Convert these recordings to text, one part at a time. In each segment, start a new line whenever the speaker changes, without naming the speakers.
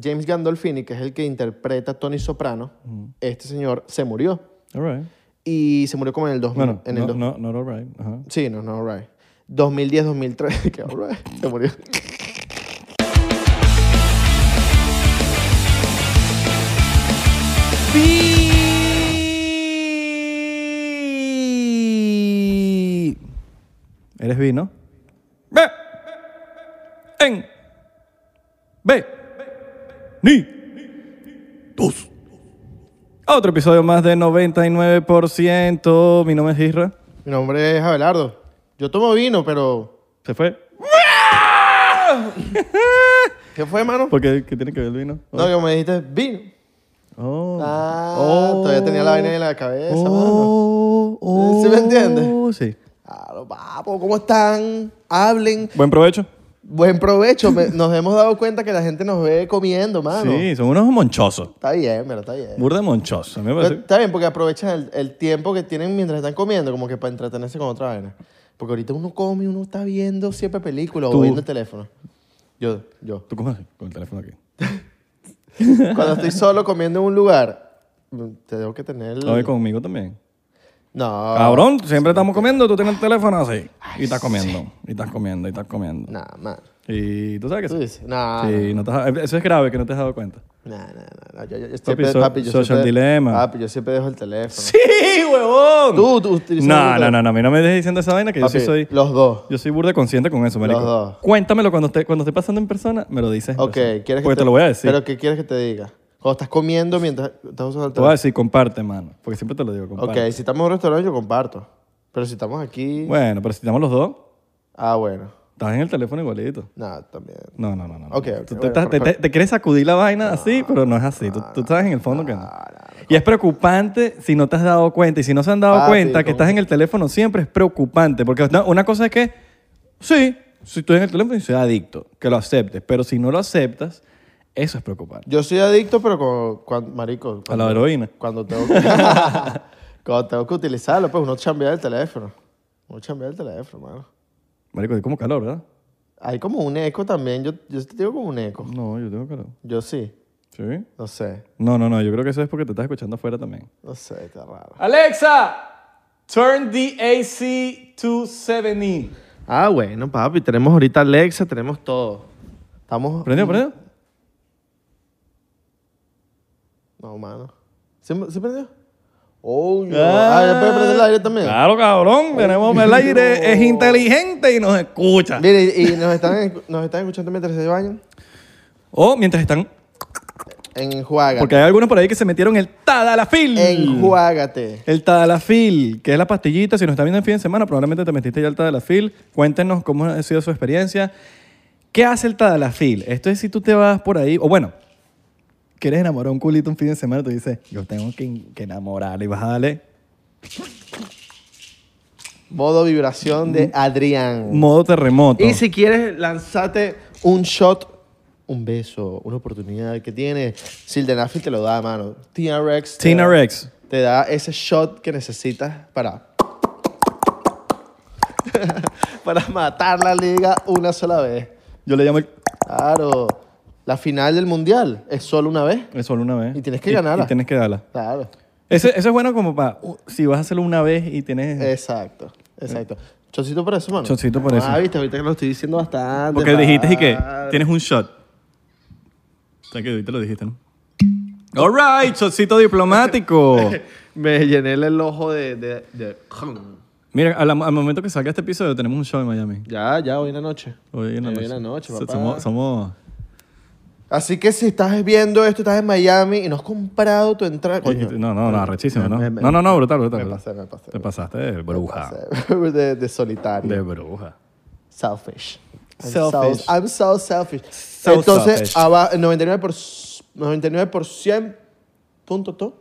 James Gandolfini, que es el que interpreta a Tony Soprano, este señor se murió.
All right.
Y se murió como en el 2000.
Bueno,
en el
no,
dos-
no, not all right. Ajá.
Sí, no, no, all right. 2010, 2003, que all right, se murió.
Vi. Eres vi, ¿no? Ve. En. Ve. Ni. Dos. Otro episodio más de 99%. Mi nombre es Isra.
Mi nombre es Abelardo. Yo tomo vino, pero...
Se fue.
¿Qué fue, hermano?
¿Por qué? ¿Qué tiene que ver el vino?
No, que me dijiste vino.
Oh.
Ah,
Oh.
todavía tenía la vaina en la cabeza, mano.
Oh, oh,
¿Sí me entiendes?
Sí.
Claro, papo, ¿cómo están? Hablen.
Buen provecho.
Buen provecho. Me- nos hemos dado cuenta que la gente nos ve comiendo, mano.
Sí, son unos monchosos.
Está bien, pero está bien.
Burda monchosos. A mí me
Pero
parece.
está bien, porque aprovechan el, el tiempo que tienen mientras están comiendo, como que para entretenerse con otra vaina. Porque ahorita uno come, uno está viendo siempre películas o
Tú.
viendo el teléfono. Yo, yo.
¿Tú cómo haces? Con el teléfono aquí.
Cuando estoy solo comiendo en un lugar, mm, te tengo que tener. el-
Oye, conmigo también.
No.
Cabrón, siempre estamos comiendo, tú tienes el teléfono así. Y estás comiendo, y estás comiendo, y estás comiendo.
Nah, man.
Y tú sabes que
Tú
sí.
dices, nah.
Sí, no te has- eso es grave que no te has dado cuenta.
Nah, nah, nah, nah. Yo, yo- yo siempre,
so-
papi, yo
social
siempre-
dilemma.
Papi, yo siempre dejo el teléfono.
¡Sí, huevón!
Tú, tú utilizas
No,
el
no,
teléfono.
no, no, a mí no me dejes diciendo esa vaina que yo
Papi,
sí soy.
Los dos.
Yo soy burda consciente con eso, marico.
dos.
Cuéntamelo cuando esté, cuando esté pasando en persona, me lo dices. en
Ok,
persona.
¿quieres que
Porque te... lo voy a decir.
¿Pero qué quieres que te diga? Cuando estás comiendo mientras estás usando el
Te voy
teléfono.
a decir, comparte, mano. Porque siempre te lo digo,
Ok,
comparte.
si estamos en un restaurante yo comparto. Pero si estamos aquí...
Bueno, pero si estamos los dos,
Ah, bueno.
estás en el teléfono igualito.
Nada, también.
No, no, no. no.
Ok, ok,
Tú te,
bueno,
estás- te- te- te quieres sacudir la vaina así, pero no es así. tú, tú sabes en el fondo que no. Y es preocupante si no te has dado cuenta. Y si no se han dado
Papi,
cuenta que
¿cómo?
estás en el teléfono siempre es preocupante. Porque una, una cosa es que, sí, si estoy en el teléfono y soy adicto, que lo aceptes. Pero si no lo aceptas, eso es preocupante.
Yo soy adicto, pero cuando... cuando- marico,
A
cuando,
la heroína.
cuando tengo que... cuando tengo que utilizarlo, pues uno chambea el teléfono. Uno chambea el teléfono, mano.
Marico, hay como calor, ¿verdad?
Hay como un eco también. Yo, yo te digo como un eco.
No, yo tengo calor.
Yo sí.
¿Sí?
No sé.
No, no, no. Yo creo que eso es porque te estás escuchando afuera también.
No sé, está raro.
Alexa, turn the AC to E. 70.
Ah, bueno, papi. Tenemos ahorita Alexa, tenemos todo. Estamos...
¿Prendió, prendió?
No, mano. ¿Se, se prendió? Oh, no. Ah, ya puede prender el aire también.
Claro, cabrón. Tenemos el aire. Es inteligente y nos escucha.
Mire, y y nos están, nos están escuchando mientras se bañan
O mientras están.
en Enjuágate.
Porque hay algunos por ahí que se metieron el Tadalafil.
Enjuágate.
El Tadalafil, que es la pastillita. Si nos están viendo en fin de semana, probablemente te metiste ya al Tadalafil. Cuéntenos cómo ha sido su experiencia. ¿Qué hace el Tadalafil? Esto es si tú te vas por ahí, o bueno, quieres enamorar un culito un fin de semana, tú dices, yo tengo que, que enamorarle y vas a darle
Modo vibración de Adrián.
modo terremoto.
Mm. Y si quieres, lanzate un shot, un beso, una oportunidad que tiene. Sildenafil te lo da, mano. Tina Rex. te
Tina
da-
Rex.
Te da ese shot que necesitas para. para matar la liga una sola vez.
Yo le llamo el...
Claro. La final del mundial es solo una vez.
Es solo una vez.
Y tienes que ganarla.
Y tienes que darla.
Claro.
Ese- eso es bueno como para... uh, si vas a hacerlo una vez y tienes...
Exacto, exacto. Chocito por eso, mano.
Eh, Chocito por eso.
Ah, viste, ahorita que lo estoy diciendo bastante.
porque dijiste y que
padre.
tienes un shot. O sea, que ahorita lo dijiste, ¿no? All right, shotcito diplomático.
Me llené el ojo de. de, de-
Mira, al, al momento que salga este episodio tenemos un show en Miami.
Ya, ya, hoy en la noche.
Hoy en la
Hoy
noche.
en la noche,
So-
papá.
Somos, somos-
Así que si estás viendo esto, estás en Miami y no has comprado tu entrada. Coño, Eh,
No, no, no, rechísimo, ¿no?
Me- me-
No, no, no, brutal, brutal.
me
brutal.
pasé, me pasé.
Te pasaste de bruja.
de, de solitario.
De bruja.
Selfish. I'm
Selfish.
so- I'm so selfish.
So
Entonces,
selfish.
aba- 99%, por, 99 punto to,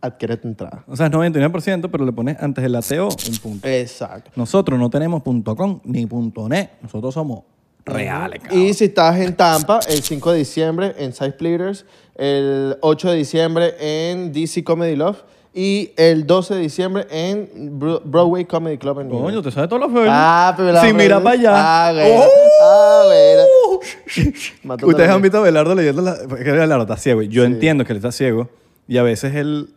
adquiere tu entrada.
O sea, es 99%, pero le pones antes del ateo un punto.
Exacto.
Nosotros no tenemos .com ni .net. Nosotros somos reales, cabrón.
Y si estás en Tampa, el 5 de diciembre en Side Splitters, el 8 de diciembre en DC Comedy Love Y el 12 de diciembre en Bro- Broadway Comedy Club en New
Coño,
York.
te sabes todos los feos.
Ah, pero la
Sin mirar para allá.
Ah, bueno.
¡Oh!
Ah, bueno. Matando
Ustedes
la-
han visto a Belardo leyendo la... porque Belardo está ciego. y Yo entiendo que él está ciego. Y a veces él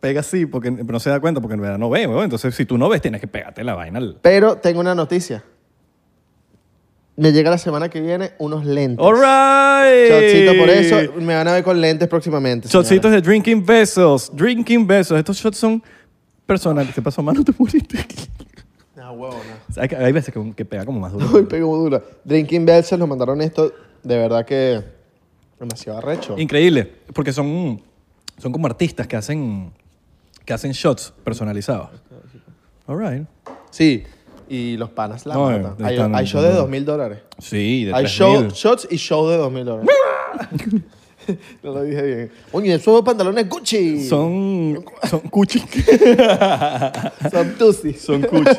pega así, porque pero no se da cuenta, porque en verdad no ve, weón. Entonces, si tú no ves, tienes que pegarte la vaina. al-
Pero tengo una noticia. Me llega la semana que viene unos lentes.
All right.
Chocito, por eso me van a ver con lentes próximamente.
Shotcitos
señores.
de Drinking Vessels. Drinking Vessels. Estos shots son personales. ¿Qué pasó, mano? Te moriste.
Ah, huevona.
Hay, que- hay veces que, que pega como más
Uy,
duro.
pegó dura. Drinking Bells se nos mandaron esto. De verdad que. Demasiado arrecho.
Increíble. Porque son, son como artistas que hacen, que hacen shots personalizados. All right.
Sí. Y los panas la
No,
matan.
eh,
Hay,
están-
hay show de dos mil dólares.
Sí, de
Hay
3000.
show, shots y show de dos mil dólares. No lo dije bien. Oye, esos pantalones Gucci.
Son, son cuchi.
Son tussi.
son cuchi.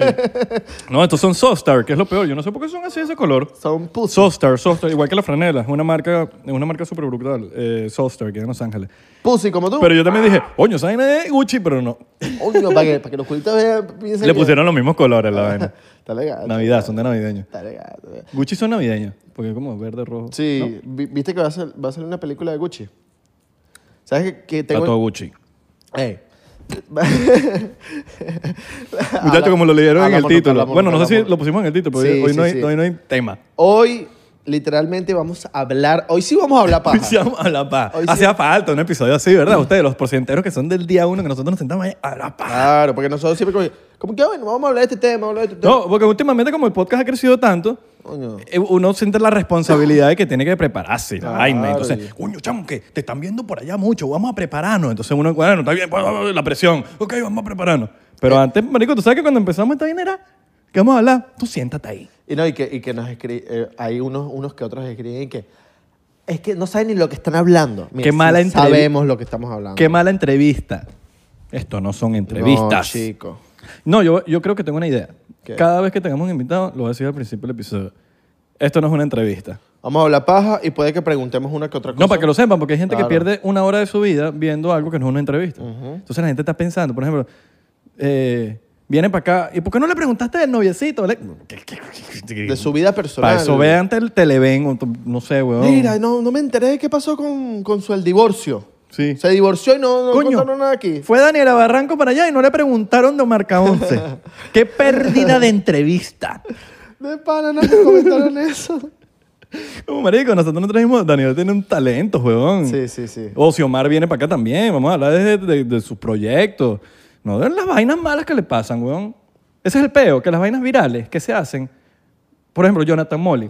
No, estos son Softstar, que es lo peor. Yo no sé por qué son así de ese color.
Son pussy.
Softstar, Softstar, igual que las franelas. Una marca, una marca súper brutal. Eh, Softstar, que es en Los Ángeles.
Pussy como tú.
Pero yo también dije, coño, esa vaina es Gucci, pero no.
Oye, para que, para que los culitos vean. piensen
Le
que-
pusieron los mismos colores la vaina.
Está legal.
Navidad, son de navideños.
Está legal.
Gucci son navideños, porque es como verde, rojo.
Sí, vi- viste que va a, sal- va a salir una película de Gucci. ¿Sabes que, que
Está
tengo.
todo Gucci.
Ey.
Muchachos, como lo leyeron en el
Ah, Hablamos,
título.
hablamos,
bueno, no sé si
hablamos.
lo pusimos en el título, pero
Sí,
hoy, no
sí,
hay,
sí.
hoy no hay tema.
Hoy, literalmente, vamos a hablar. Hoy sí vamos a hablar paja.
Sí, vamos a hablar paja.
Hoy sí.
Hacía falta un episodio así, ¿verdad? Ustedes, los porcenteros que son del día uno, que nosotros nos sentamos ahí a hablar paja.
Claro, porque nosotros siempre como, como que, bueno, vamos a hablar de este tema, vamos a hablar de este tema.
No, porque últimamente como el podcast ha crecido tanto,
Coño.
eh, uno siente la responsabilidad de que tiene que prepararse. la
Claro.
vaina. Entonces, coño, chamo, que te están viendo por allá mucho, vamos a prepararnos. Entonces uno, bueno, está bien, pues, la presión. Ok, vamos a prepararnos. Pero
Eh.
antes, marico, ¿tú sabes que cuando empezamos esta vaina era que vamos a hablar? Tú siéntate ahí.
Y no, y que, y que nos escriben, hay unos, unos que otros escriben que es que no saben ni lo que están hablando. Mira,
Qué
sí
mala entrevi-
Sabemos lo que estamos hablando.
Qué mala entrevista. Esto no son entrevistas.
Ah. No, chico.
No, yo, yo creo que tengo una idea.
¿Qué?
Cada vez que tengamos un invitado, lo voy a decir al principio del episodio. Esto no es una entrevista.
Vamos a hablar paja y puede que preguntemos una que otra cosa.
No, para que lo sepan, porque hay gente
Claro.
que pierde una hora de su vida viendo algo que no es una entrevista. Entonces la gente está pensando, por ejemplo, eh, viene para acá, ¿y por qué no le preguntaste del noviecito? Le-
De su vida personal.
Para eso vean el Televen, o tu- no sé, weón.
Mira, no, no me enteré de qué pasó con, con su el divorcio.
Sí.
Se divorció y no, no
Coño,
contaron nada aquí.
fue Daniela Barranco para allá y no le preguntaron de Marca 11. ¡Qué pérdida de entrevista!
De pana, no te comentaron eso.
Como marico, nosotros no trajimos. Daniel tiene un talento, weón.
Sí, sí, sí.
Ociomar viene para acá también. Vamos a hablar de, de- de sus proyectos. No de las vainas malas que le pasan, weón. Ese es el peo, que las vainas virales que se hacen. Por ejemplo, Jonathan Molly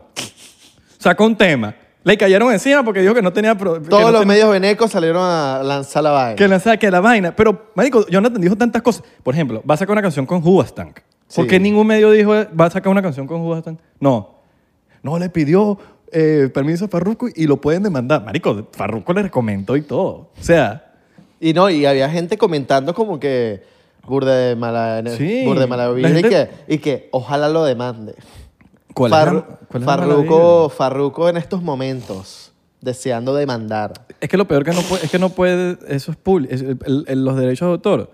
sacó un tema. Le cayeron encima porque dijo que no tenía. pro- que
Todos
no
los
ten-
medios venecos salieron a lanzar la vaina.
Que lanzaba que la vaina. Pero, marico, Jonathan dijo tantas cosas. Por ejemplo, va a sacar una canción con Judas Tank. ¿Por
Sí.
qué ningún medio dijo, eh, va a sacar una canción con Judas Tank? No. No le pidió eh, permiso a Farruko y lo pueden demandar. Marico, Farruko le recomendó y todo. O sea,
Y no, y había gente comentando como que burda de mala,
Sí.
burda de mala
La
vibra
gente-
y, que, y que ojalá lo demande.
¿cuál es la-
Farru-
cuál es la mala
Farruko, Farruko en estos momentos deseando demandar.
vida? Es que lo peor que no puede, es que no puede, eso es, pub- es- el- el- los derechos de autor.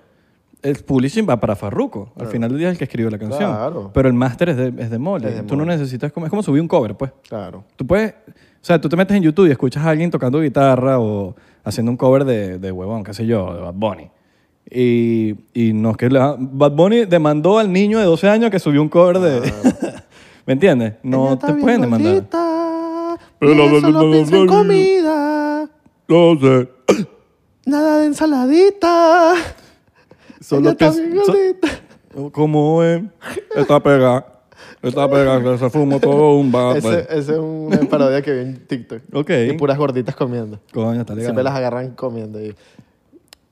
El publishing va para Farruko. Al final del día es el que escribió la canción.
Claro.
Pero el máster es de, es de Molly.
Es de
Tú no necesitas, como- es como subir un cover, pues.
Claro.
Tú puedes, o sea, tú te metes en YouTube y escuchas a alguien tocando guitarra o haciendo un cover de, de huevón, qué sé yo, de Bad Bunny. Y, y no es que la- Bad Bunny demandó al niño de 12 años que subió un cover de... ¿Me entiendes?
Ella
No
está
te
bien
pueden demandar.
gordita,
Pero
y
la-
él
la-
solo
la-
piensa en
la-
comida.
No sé.
Nada de ensaladita. Ella está bien gordita.
¿Cómo es? Está pegada. Está pegada. Se fumó todo un bar.
Ese, ese es una parodia que vi en TikTok.
Ah, pues. Ok.
Y puras gorditas comiendo.
Coño, está legal.
Siempre las agarran comiendo. y-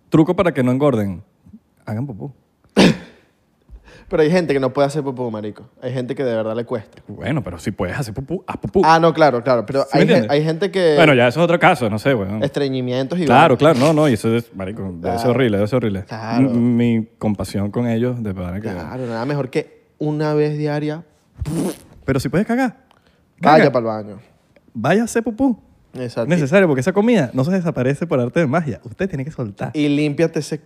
Truco para que no engorden. Hagan popó.
Pero hay gente que no puede hacer popó, marico. Hay gente que de verdad le cuesta.
Bueno, pero si puedes hacer popó, haz popó.
Ah, eh. no, claro, claro. Pero
Uh. ¿Sí me
hay, gen-
entiendes?
hay gente que...
Bueno, ya eso es otro caso, no sé, weón.
Estreñimientos y...
Claro, claro, no, no, y eso es, marico, debe ser
Claro.
horrible, debe ser horrible.
Claro.
M- Mi compasión con ellos, de verdad que...
Claro, nada mejor que una vez diaria
Pero si puedes cagar,
vaya
Caga.
para el baño.
vaya a hacer pupú.
Exacto.
Necesario, porque esa comida no se desaparece por arte de magia. Usted tiene que soltar.
Y límpiate ese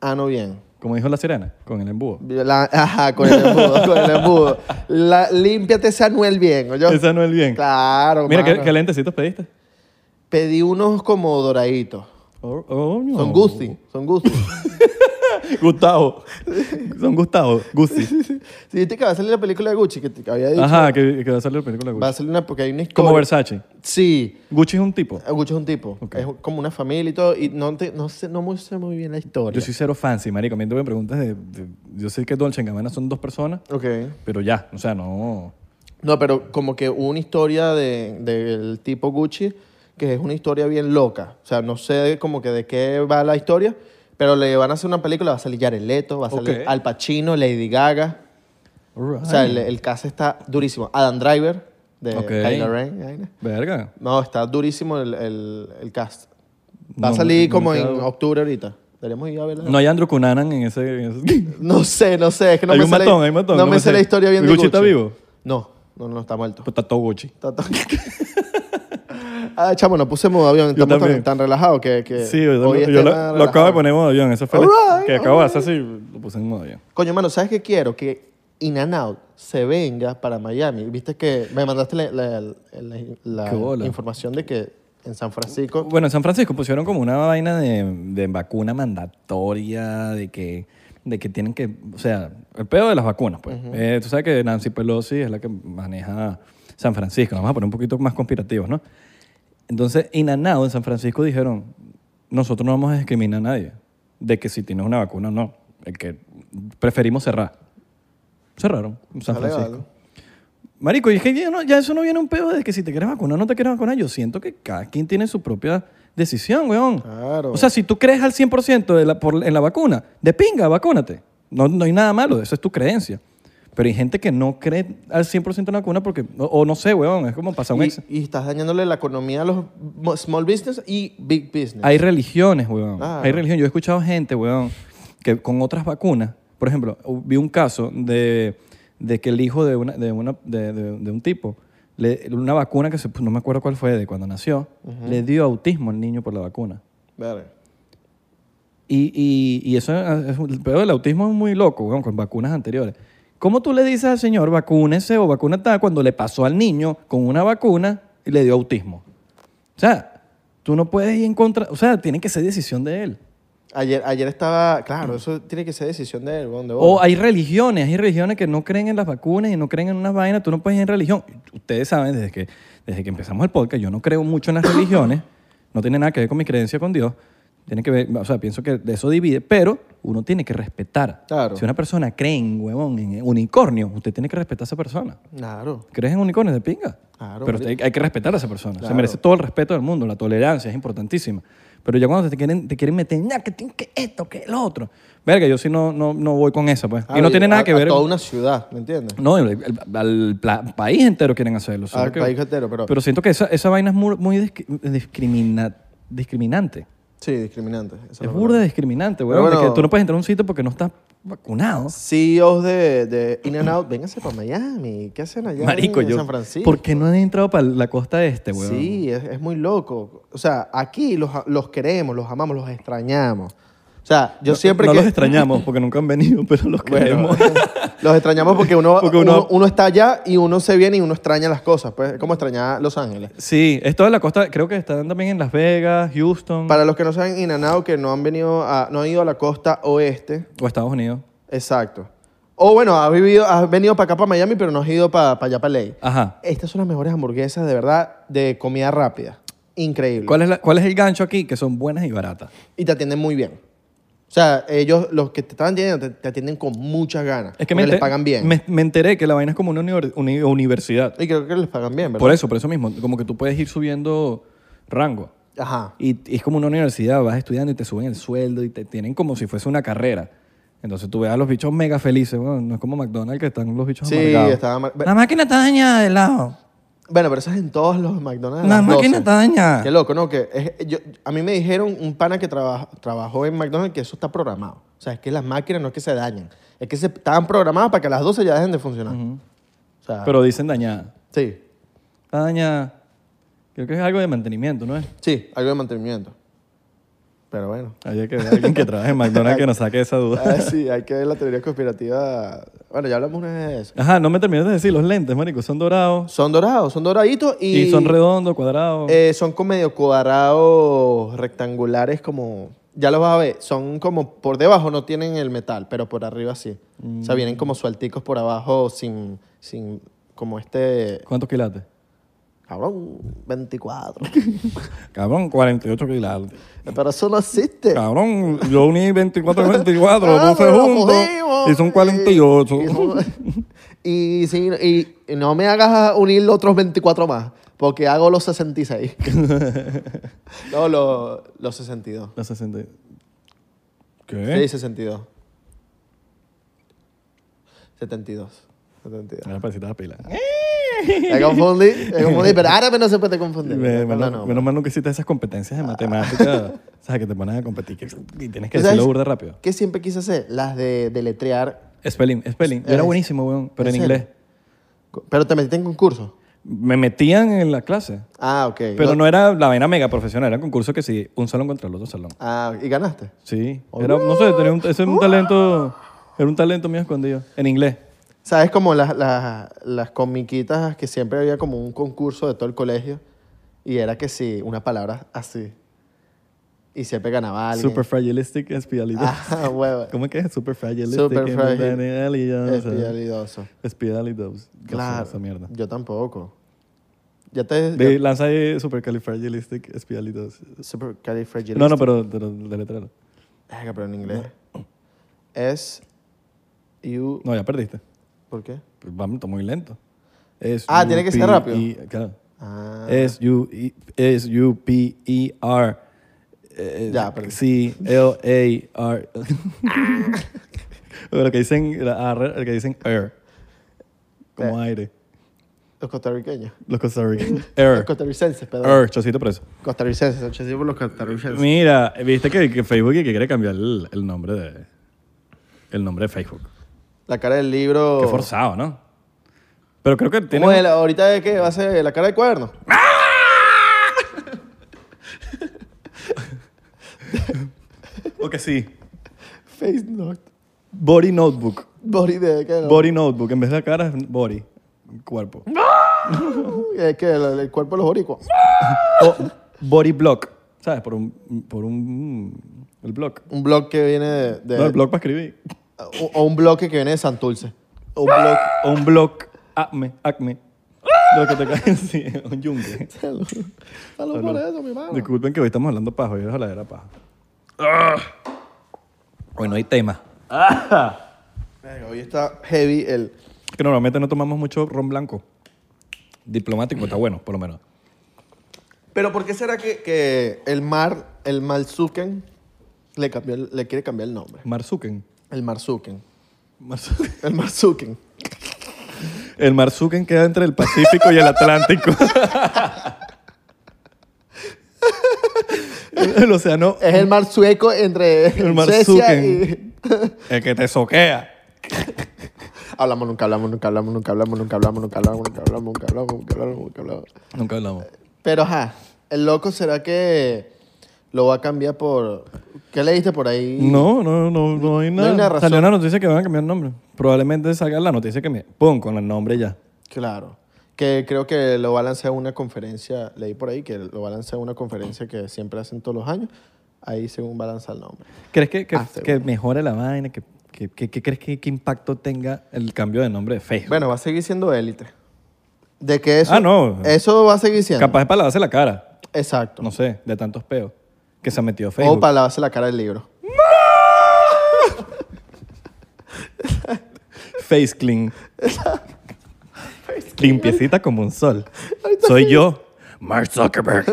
ano bien.
Como dijo la sirena, con el embudo.
La- ajá, con el embudo, con el embudo. La- límpiate ese anuel bien, ¿oyó?
Esa no es bien.
Claro,
Mira, ¿qué,
mano.
qué lentecitos pediste?
Pedí unos como doraditos.
Oh, oh, no.
Son Gucci, son Gucci.
Gustavo. Son Gustavo. Gucci.
Si viste que va a salir la película de Gucci, que te que había dicho.
Ajá, que, que va a salir la película de
Va a
Gucci.
salir una, porque hay una historia.
Ah. Como Versace.
Sí.
Gucci es un tipo.
Gucci es un tipo.
Ok.
Es como una familia y todo. Y no, te- no, sé, no me sé muy bien la historia.
Yo soy cero fancy, marico. A mí me preguntas de, de- Yo sé que Dolce Gabbana son dos personas,
Ok.
pero ya. O sea, no...
No, pero como que hubo una historia de- del tipo Gucci que es una historia bien loca. O sea, no sé como que de qué va la historia, pero le van a hacer una película, va a salir Jared Leto, va a salir
Ok.
Al Pacino, Lady Gaga.
Alright.
O sea, el, el caso está durísimo. Adam Driver de
Ok.
Kylo Ren. vaina.
Verga.
No, está durísimo el, el, el cast. Va a
No,
salir
no
como
me
en
queda-
octubre ahorita. Deberíamos ir a verla.
No hay Andrew Cunanan en ese... Pues, en ese-
No sé, no sé. Es que no
Hay
me
un
sé la-
matón, hay un matón,
No,
no
me
me
sé la
sé.
historia bien de
¿Gucci está vivo?
No, no, no, está muerto.
Pues Está todo Gucci.
Ta- ta- ah, chamo, nos pusimos de avión. Estamos tan,
también.
tan relajados que, que
Sí, yo,
hoy este
yo
es
lo,
tema
lo
relajado.
acabo de poner en modo avión. Eso fue la-
Alright,
que acabo de hacer así, lo puse en modo avión.
Coño, mano, ¿sabes qué quiero? Que In and Out se venga para Miami. Viste que me mandaste la, la- la- la
Qué bola.
información de que en San Francisco...
Bueno, en San Francisco pusieron como una vaina de, de vacuna mandatoria, de que, de que tienen que, o sea, el pedo de las vacunas, pues. Eh, tú sabes que Nancy Pelosi es la que maneja San Francisco, vamos a poner un poquito más conspirativos, ¿no? Entonces, Inanado en San Francisco dijeron, nosotros no vamos a discriminar a nadie, de que si tienes una vacuna o no, el que preferimos cerrar. Cerraron en San
Dale,
Francisco.
dale.
Marico, y es que ya, no- ya eso no viene un pedo de que si te quieres vacunar o no te quieres vacunar. Yo siento que cada quien tiene su propia decisión, weón.
Claro.
O sea, si tú crees al 100% de la- por- en la vacuna, de pinga, vacúnate. No, no hay nada malo, eso es tu creencia. Pero hay gente que no cree al 100% en la vacuna porque, o, o no sé, weón, es como pasar un ex.
y, y estás dañándole la economía a los mo- small business y big business.
Hay religiones, weón.
Claro.
Hay religiones. Yo he escuchado gente, weón, que con otras vacunas, por ejemplo, vi un caso de, de que el hijo de, una, de, una, de, de- de un tipo, le, una vacuna que se, no me acuerdo cuál fue, de cuando nació, le dio autismo al niño por la vacuna.
Verga.
Y, y- y eso, es, el pedo del autismo es muy loco, weón, con vacunas anteriores. ¿Cómo tú le dices al señor vacúnese o vacuna tal cuando le pasó al niño con una vacuna y le dio autismo? O sea, tú no puedes ir en contra, o sea, tiene que ser decisión de él.
Ayer, ayer estaba... Claro, eso tiene que ser decisión de él. weón, de bola.
O hay religiones, hay religiones que no creen en las vacunas y no creen en unas vainas, tú no puedes ir en religión. Ustedes saben, desde que, desde que empezamos el podcast, yo no creo mucho en las religiones, no tiene nada que ver con mi creencia con Dios, tiene que ver, o sea, pienso que eso divide, pero uno tiene que respetar.
Claro.
Si una persona cree en huevón, en unicornio, usted tiene que respetar a esa persona.
Claro.
¿Crees en unicornios de pinga?
Claro,
Pero
marico.
hay, hay que respetar a esa persona. Se
Claro.
merece todo el respeto del mundo. La tolerancia es importantísima. Pero ya cuando te quieren, te quieren meter, "Nah, que tienes que esto, que lo otro. Verga, yo sí no, no, no voy con esa, pues. y
Ah,
no tiene nada
a-
que
a
ver.
toda una ciudad, ¿me entiendes?
No, el- el- al pla- país entero quieren hacerlo. solo
Al
que-
país entero, pero-
Pero siento que esa, esa vaina es muy, muy discri- discrimina- discriminante.
Sí, discriminante. esa es la
es
palabra.
burda discriminante,
Pero
weón. de
bueno.
que tú no puedes entrar a un sitio porque no estás vacunado.
CEOs E de, de In and Out, vénganse para Miami. ¿Qué hacen allá
Marico,
en
yo.
San Francisco?
¿Por qué no han entrado para la costa este, weón?
Sí, es, es muy loco. O sea, aquí los, los queremos, los amamos, los extrañamos. O sea, yo
No-
siempre
no
que...
los extrañamos porque nunca han venido, pero los
Bueno,
queremos.
los extrañamos porque, uno,
Porque
uno...
uno-
uno está allá y uno se viene y uno extraña las cosas. Pues es como extrañar Los Ángeles.
sí, es toda la costa. Creo que están también en Las Vegas, Houston
Para los que no saben, In and Out, que no han venido a, no han ido a la costa oeste,
o Estados Unidos.
Exacto. O bueno, has, vivido, has venido para acá, para Miami, pero no has ido para, allá, para Ley.
Ajá.
Estas son las mejores hamburguesas, de verdad, de comida rápida. Increíble.
¿Cuál es, la- ¿Cuál es el gancho aquí? Que son buenas y baratas.
Y te atienden muy bien. O sea, ellos, los que te están atendiendo, te, te atienden con muchas ganas.
Es que
porque
me,
les
enter-
pagan bien.
Me, me enteré que la vaina es como una univer- uni- universidad.
Y creo que les pagan bien, ¿verdad?
Por eso, por eso mismo. Como que tú puedes ir subiendo rango.
Ajá.
Y, y es como una universidad, vas estudiando y te suben el sueldo y te tienen como si fuese una carrera. Entonces tú ves a los bichos mega felices. Bueno, no es como McDonald's que están los bichos
Sí,
amargados.
estaba amar-
La máquina está dañada de lado.
Bueno, pero eso es en todos los McDonald's.
La
las
máquina
12.
está dañada.
Qué loco, ¿no? Que es- yo- a mí me dijeron un pana que traba- trabajó en McDonald's que eso está programado. O sea, es que las máquinas no es que se dañen. Es que se, estaban programadas para que a las 12 ya dejen de funcionar. O sea,
Pero dicen dañada.
sí,
Está dañada. Creo que es algo de mantenimiento, ¿no es?
sí, algo de mantenimiento. Pero bueno.
Hay que ver a alguien que trabaje en McDonald's que nos saque esa duda.
Ah, sí, hay que ver la teoría conspirativa. Bueno, ya hablamos una vez de eso.
Ajá, no me terminaste de decir, los lentes, marico, son dorados.
Son dorados, son doraditos y.
Y son redondos, cuadrados.
eh, son con medio cuadrados rectangulares como. Ya los vas a ver. Son como por debajo no tienen el metal, pero por arriba sí. O sea, vienen
Mm.
como suelticos por abajo sin. sin como este.
¿Cuántos quilates?
Cabrón, 24.
Cabrón, 48 quilates.
pero eso no existe.
Ah, Cabrón, yo uní 24 y 24,
Ah,
los puse
pero lo
juntos
cogimos,
y son
y-
48.
y son- Y, sí, y- y no me hagas unir los otros 24 más, porque hago los 66. no, lo- los 62.
La 60.
Sí,
¿Qué?
62. 72. 72.
Una parecita de pila.
Me confundí, me confundí, pero árabe no se puede confundir.
Me-
No,
menos,
no, no.
menos mal nunca hiciste esas competencias de matemáticas. o sea, que te pones a competir que- y tienes que
¿Tú sabes
decirlo burda rápido.
¿Qué siempre quise hacer? Las de deletrear.
Spelling, spelling. Yo era
Es-
buenísimo, weón, pero en
¿En
inglés.
serio? Pero te metiste en concurso.
Me metían en la clase,
Ah, ok.
pero no era la vaina mega profesional, era concurso que sí, un salón contra el otro salón.
Ah, ¿y ganaste?
Sí, era, no sé, tenía un, ese es un talento, era un talento mío escondido, en inglés.
¿Sabes como las, las, las comiquitas que siempre había como un concurso de todo el colegio? Y era que sí, una palabra así. Y siempre ganaba alguien.
Super fragilistic espialidoso.
Ah, huevo.
¿Cómo que es? Super fragilistic
Super frágil.
espialidoso.
Espialidoso.
Espialidoso. No sé,
Claro.
Esa mierda.
Yo tampoco. Ya te...
Di- lanza ahí supercalifragilistic espialidoso.
Super califragilistic.
No, no, pero pero de letrero.
Verga, pero en inglés. Es... You...
No, ya perdiste.
¿Por qué?
Pues Vamos, está muy lento. Es
Ah, tiene que ser
U, P,
rápido.
E, claro.
Ah.
S U E- S U P E R eh,
Ya, perdí.
C L A R. Lo que dicen la R, lo que dicen air. Como aire.
Los costarriqueños.
Los costarricenses.
Eh. Los
Air.
costarricenses, perdón.
Air, chocito preso.
Costarricenses. Yo siempre los costarricenses.
Mira, viste que, que Facebook que quiere cambiar el, el nombre de el nombre de Facebook.
La cara del libro...
Qué forzado, ¿no? Pero creo que
¿Cómo es
tiene
la- ahorita de qué? ¿Va a ser la cara de cuerno?
o que sí.
Face not.
Body Notebook.
Body de qué?
Body Notebook, en vez de la cara es body, cuerpo.
Es que el, el cuerpo de los boricuas.
O body block, ¿sabes? Por un, por un, el block.
Un blog que viene de... de-
No, el block para escribir.
o, o un bloque que viene de Santulce.
O un block, o un block, acme, acme. Lo que te cae encima, un yunque.
Salud. Salud por eso, mi mano.
Disculpen que hoy estamos hablando paja, hoy es habladera paja. Hoy no hay tema.
Verga, Hoy está heavy el...
Que normalmente no tomamos mucho ron blanco. Diplomático, está bueno, por lo menos.
Pero ¿por qué será que, que el mar, el Marzuken, le, cambió el- le quiere cambiar el nombre?
Marzuken.
El Marzuken.
Marzuken.
El Marzuken.
El Marzuken queda entre el Pacífico y el Atlántico. el océano,
Es el mar sueco entre
El mar
Suecia
Zuken.
y...
el que te soquea.
Hablamos, nunca hablamos, nunca hablamos, nunca hablamos, nunca hablamos, nunca hablamos, nunca hablamos, nunca hablamos, nunca hablamos, nunca hablamos.
Nunca hablamos.
Pero ajá, el loco será que lo va a cambiar por. ¿Qué leíste por ahí?
No, no, no, no hay nada.
hay una razón.
Salió una noticia que van a cambiar el nombre. Probablemente salga la noticia que me... Pum, con el nombre ya.
Claro. Que creo que lo va a lanzar una conferencia, leí por ahí que lo va a lanzar una conferencia que siempre hacen todos los años. Ahí según va a lanzar el nombre.
¿Crees que, que,
Ah, seguro.
que mejore la vaina? ¿Qué que, que- que crees que qué impacto tenga el cambio de nombre de Facebook?
Bueno, va a seguir siendo élite. De que eso.
Ah, no.
Eso va a seguir siendo.
Capaz es para lavarse la cara.
Exacto.
No sé, de tantos peos que se ha metido Facebook.
O para lavarse la cara del libro.
Face clean. Limpiecita como un sol. Soy yo, Mark Zuckerberg.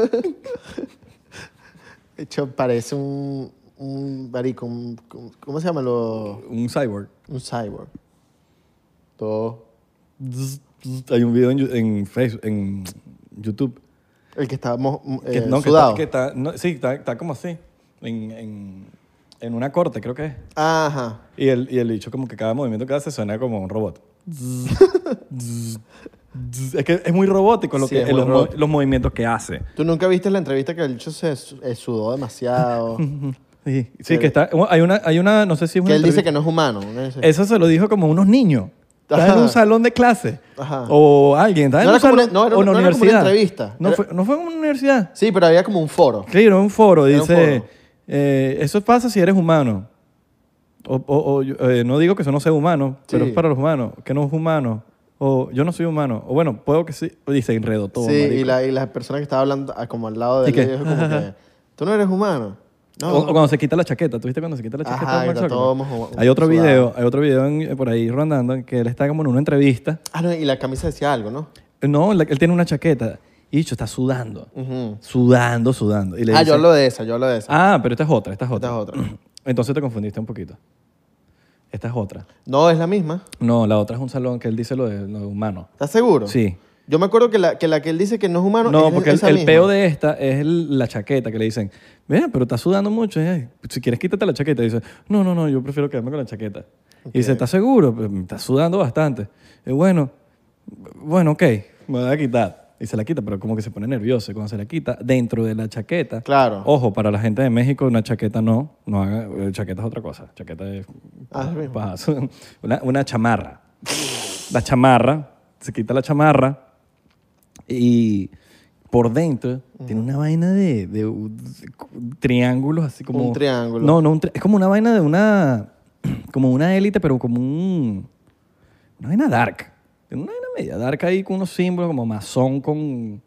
De hecho, parece un. Un marico, un- ¿Cómo se llama? Lo,
un cyborg.
un cyborg. Todo.
Zzz, zzz. Hay un video en, Yu- en Facebook, en YouTube.
El que estábamos
Que, no,
eh,
que
sudado.
está, que está- no, sí, está, está como así. En, en- en una corte, creo que es.
Ajá.
Y el, y el dicho como que cada movimiento que hace suena como un robot. Zzz, zzz. Es que es muy robótico lo
Sí,
que, eh,
es
los,
muy
mo-
robótico.
los movimientos que hace.
Tú nunca viste la entrevista que el bicho se su- eh, sudó demasiado.
Sí, sí, que está. Hay una, hay una, no sé si
que
es una
él dice
entrevista-
que no es humano. ¿no? Ese-
Eso se lo dijo como unos niños. Estaba en
Ajá.
un salón de clase.
Ajá.
O alguien. Estaba en
No
un
era como
salón
una- no, era
o en
una- no
la
era como una
universidad.
entrevista.
No
Era-
fue, no fue en una universidad.
Sí, pero había como un foro.
Claro, en un foro.
Era
Dice,
un foro.
eh, eso pasa si eres humano. O, o- o yo- eh, no digo que eso no sea humano, pero
Sí.
es para los humanos. Que no es humano. O yo no soy humano. O bueno, puedo que sí. Y se enredó todo,
sí, y
marico.
la, y la persona que estaba hablando ah, como al lado de
¿Y
él
qué?
le dijo como que, tú no eres humano. No,
o, o cuando se quita la chaqueta. ¿Tú viste cuando se quita la
Ajá,
chaqueta?
y
Mark
está
Zuckerberg?
todo mojo-
hay otro
sudado.
video, hay otro video en- por ahí rondando que él está como en una entrevista.
Ah, no, y la camisa decía algo, ¿no?
No, la- él tiene una chaqueta. Y dicho, está sudando.
Ujú.
Sudando, sudando. Y le
Ah,
dice,
yo hablo de esa, yo hablo de esa.
Ah, pero esta es otra, esta es otra.
Esta es otra.
Entonces te confundiste un poquito. Esta es otra.
No, es la misma.
No, la otra es un salón que él dice lo de, lo de humano.
¿Estás seguro?
Sí.
Yo me acuerdo que la que, la que él dice que no es humano
No,
es
porque el,
esa
el
misma.
peo de esta es el- la chaqueta que le dicen, vea, pero estás sudando mucho. eh, Si quieres, quítate la chaqueta. Y dice, no, no, no, yo prefiero quedarme con la chaqueta. Y dice, ¿estás seguro? Pero me Estás sudando bastante. Y bueno, bueno, ok, me la voy a quitar. Y se la quita, pero como que se pone nervioso. Y Cuando se la quita, dentro de la chaqueta.
Claro.
Ojo, para la gente de México, una chaqueta no. no haga, eh, chaqueta es otra cosa. Chaqueta es.
Ah, es mismo.
paja. Una, una chamarra. La chamarra, se quita la chamarra y por dentro tiene una vaina de, de un- triángulos así como
Un triángulo.
no no un tri- es como una vaina de una como una élite pero como un una vaina dark tiene una vaina media dark ahí con unos símbolos como masón con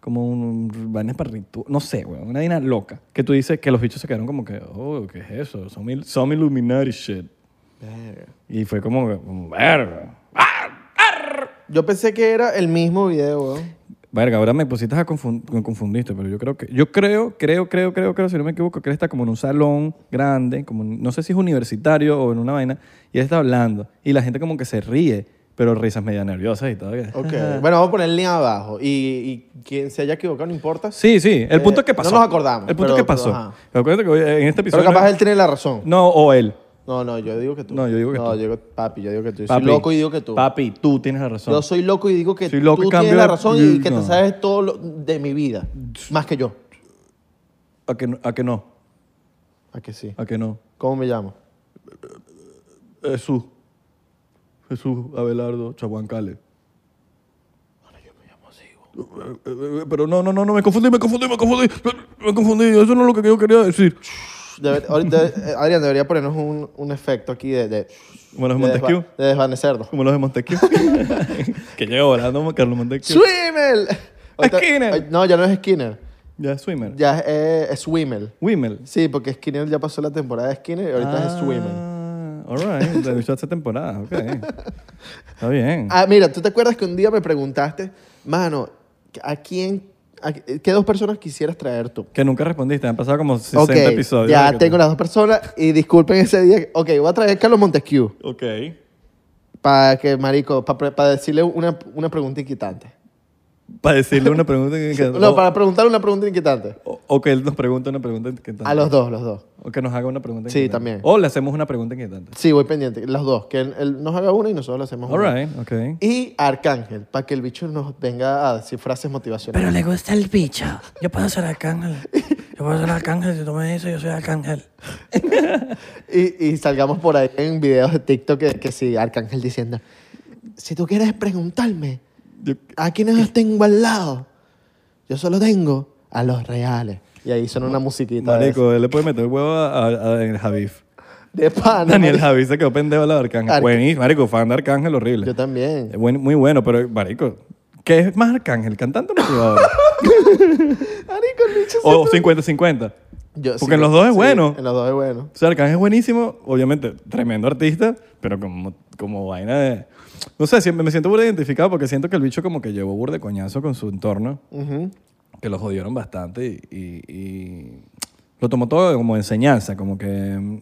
como un vaina para ritu- no sé güey, una vaina loca que tú dices que los bichos se quedaron como que oh qué es eso son, il- son illuminati shit
Verga.
y fue como, que, como verga
Yo pensé que era el mismo video, weón.
Verga, ahora me pusiste a confun- me confundiste, pero yo creo que, yo creo, creo, creo, creo, creo, si no me equivoco, que él está como en un salón grande, como en- no sé si es universitario o en una vaina, y él está hablando, y la gente como que se ríe, pero risas media nerviosas y todo. que-
Ok. bueno, vamos a poner link abajo. Y, y quien se haya equivocado no importa.
Sí, sí, el punto es que
Eh, no
pasó.
nos acordamos,
El punto
pero-
es que pasó.
pero ajá.
Acuérdate que hoy- en este
Pero
episodio...
capaz
no-
él tiene la razón.
No, o él.
No, no, yo digo que tú.
No, yo digo que tú.
No, yo digo, papi, yo digo que tú. Yo
Papi,
soy loco y digo que tú.
Papi, tú tienes la razón.
Yo soy loco y digo que
Soy loco y
tú
cambio
tienes la
de-
razón y que
no.
te sabes todo lo- de mi vida. Más que yo.
¿A que no? ¿A que no?
¿A que sí?
¿A que no?
¿Cómo me llamo?
Jesús. Jesús Abelardo Chaguancale. Ahora yo me llamo así. Pero no, no, no, no, me confundí, me confundí, me confundí. Me confundí, eso no es lo que yo quería decir.
Debe- ahorita, eh, Adrián, debería ponernos un, un efecto aquí de, de,
Como los
de
de Montesquieu.
desva- de desvanecernos.
Como los de Montesquieu. que llega volando Carlos Montesquieu.
¡Swimmel! Ahorita-
Skinner.
ay, No, ya no es Skinner.
ya es Swimmer.
Ya es, eh, es Swimmel.
Wimel.
Sí, porque Skinner ya pasó la temporada de Skinner y ahorita es Swimmel.
Ah, all right. La luchaste temporada, ok. Está bien.
Ah, mira, ¿tú te acuerdas que un día me preguntaste, mano, ¿a quién, a- qué dos personas quisieras traer tú?
Que nunca respondiste, han pasado como 60
Ok,
episodios.
ya tengo las dos personas y disculpen ese día. Ok, voy a traer a Carlos Montesquieu
Ok.
para que, marico, para decirle una, una pregunta inquietante.
Para decirle una pregunta que... que-
No, para preguntar una pregunta inquietante.
o, o que él nos pregunte una pregunta que
A los dos, los dos.
O que nos haga una pregunta
Sí,
inquietante.
también.
O le hacemos una pregunta inquietante.
Sí, voy pendiente. Los dos. Que él, él nos haga una y nosotros le hacemos
All
una.
right, ok.
Y Arcángel, para que el bicho nos venga a decir frases motivacionales.
Pero le gusta el bicho. Yo puedo ser arcángel. Yo puedo ser arcángel. Si tú me dices, yo soy arcángel.
Y, y salgamos por ahí en videos de TikTok que, que sí, Arcángel diciendo, si tú quieres preguntarme
Yo-
a quiénes los tengo al lado, yo solo tengo a los reales. Y ahí suena una musiquita. de
Marico, él le puede meter huevo a, a, a Daniel Javif.
esa. De pana.
Daniel
marico.
Javif se quedó pendejo al lado de Arcángel.
Arca-
Buenísimo, marico, fan de Arcángel horrible.
Yo también.
Es buen- muy bueno, pero marico, ¿qué es más Arcángel? ¿Cantante o motivador?
Marico, el bicho
o 50-50.
Yo-
Porque en los dos es bueno.
En los dos es bueno.
O sea, Arcángel es buenísimo, obviamente, tremendo artista, pero como, como vaina de... No sé, siempre me siento burda identificado porque siento que el bicho como que llevó burda de coñazo con su entorno.
Ujú.
que lo jodieron bastante y, y- y lo tomó todo como enseñanza, como que mm,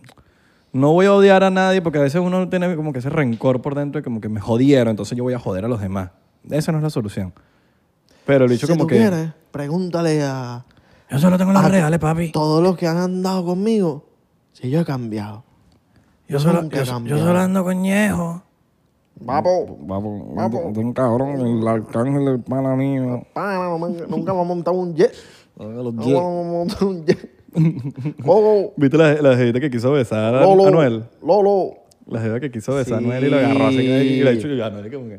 no voy a odiar a nadie porque a veces uno tiene como que ese rencor por dentro y como que me jodieron, entonces yo voy a joder a los demás. Esa no es la solución. Pero el bicho
si
como
tú
que...
quieres, pregúntale a
Yo solo tengo los
Ah,
reales, papi.
todos los que han andado conmigo si yo he cambiado.
Yo solo,
nunca
yo,
he
so- yo
cambiado.
solo ando con ñejo.
Papo,
Papo,
Papo.
es un cabrón, el arcángel del pana mío.
pana, no man- nunca vamos a montar un jet.
Los
Nunca
Jets.
vamos a montar un jet. Gogo,
¿Viste la, la jevita que quiso besar a
Lolo,
Anuel?
Lolo.
La jeva que quiso besar
Sí.
a Anuel y lo agarró así y le dicho yo, Anuel, como que...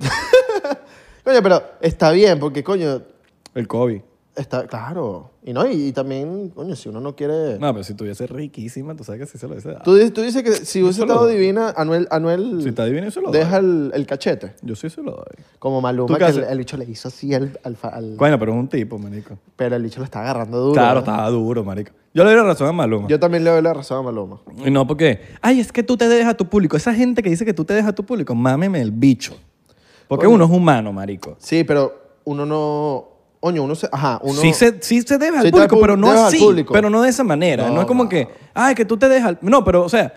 Coño, pero está bien, porque coño,
El COVID.
está, claro. Y no, y, y también, coño, si uno no quiere...
No, pero si tuviese riquísima, tú sabes que sí se lo dice.
Tú, dices, tú dices que si hubiese
Solo
estado
dos.
divina, Anuel, Anuel
Si está divino, yo se lo doy.
deja el, el cachete.
Yo sí se lo doy.
Como
¿Tú
Maluma,
qué
que el,
haces?
el bicho le hizo así al... al, fa- al-
Bueno, pero es un tipo, marico.
pero el bicho lo está agarrando duro.
Claro,
¿no?
estaba duro, marico. Yo le doy la razón a Maluma.
Yo también le doy la razón a Maluma.
Y No, porque, ay, es que tú te dejas a tu público. Esa gente que dice que tú te dejas a tu público, mámeme el bicho. Porque uno es humano, marico.
Sí, pero uno no... Coño, uno se... Ajá, uno...
sí, se, sí se deja
Sí te
al público,
pu-
pero no
dejas al
así.
público.
Pero no de esa manera. No,
No,
es como
no.
que, ay, que tú te dejas al... No, pero, o sea,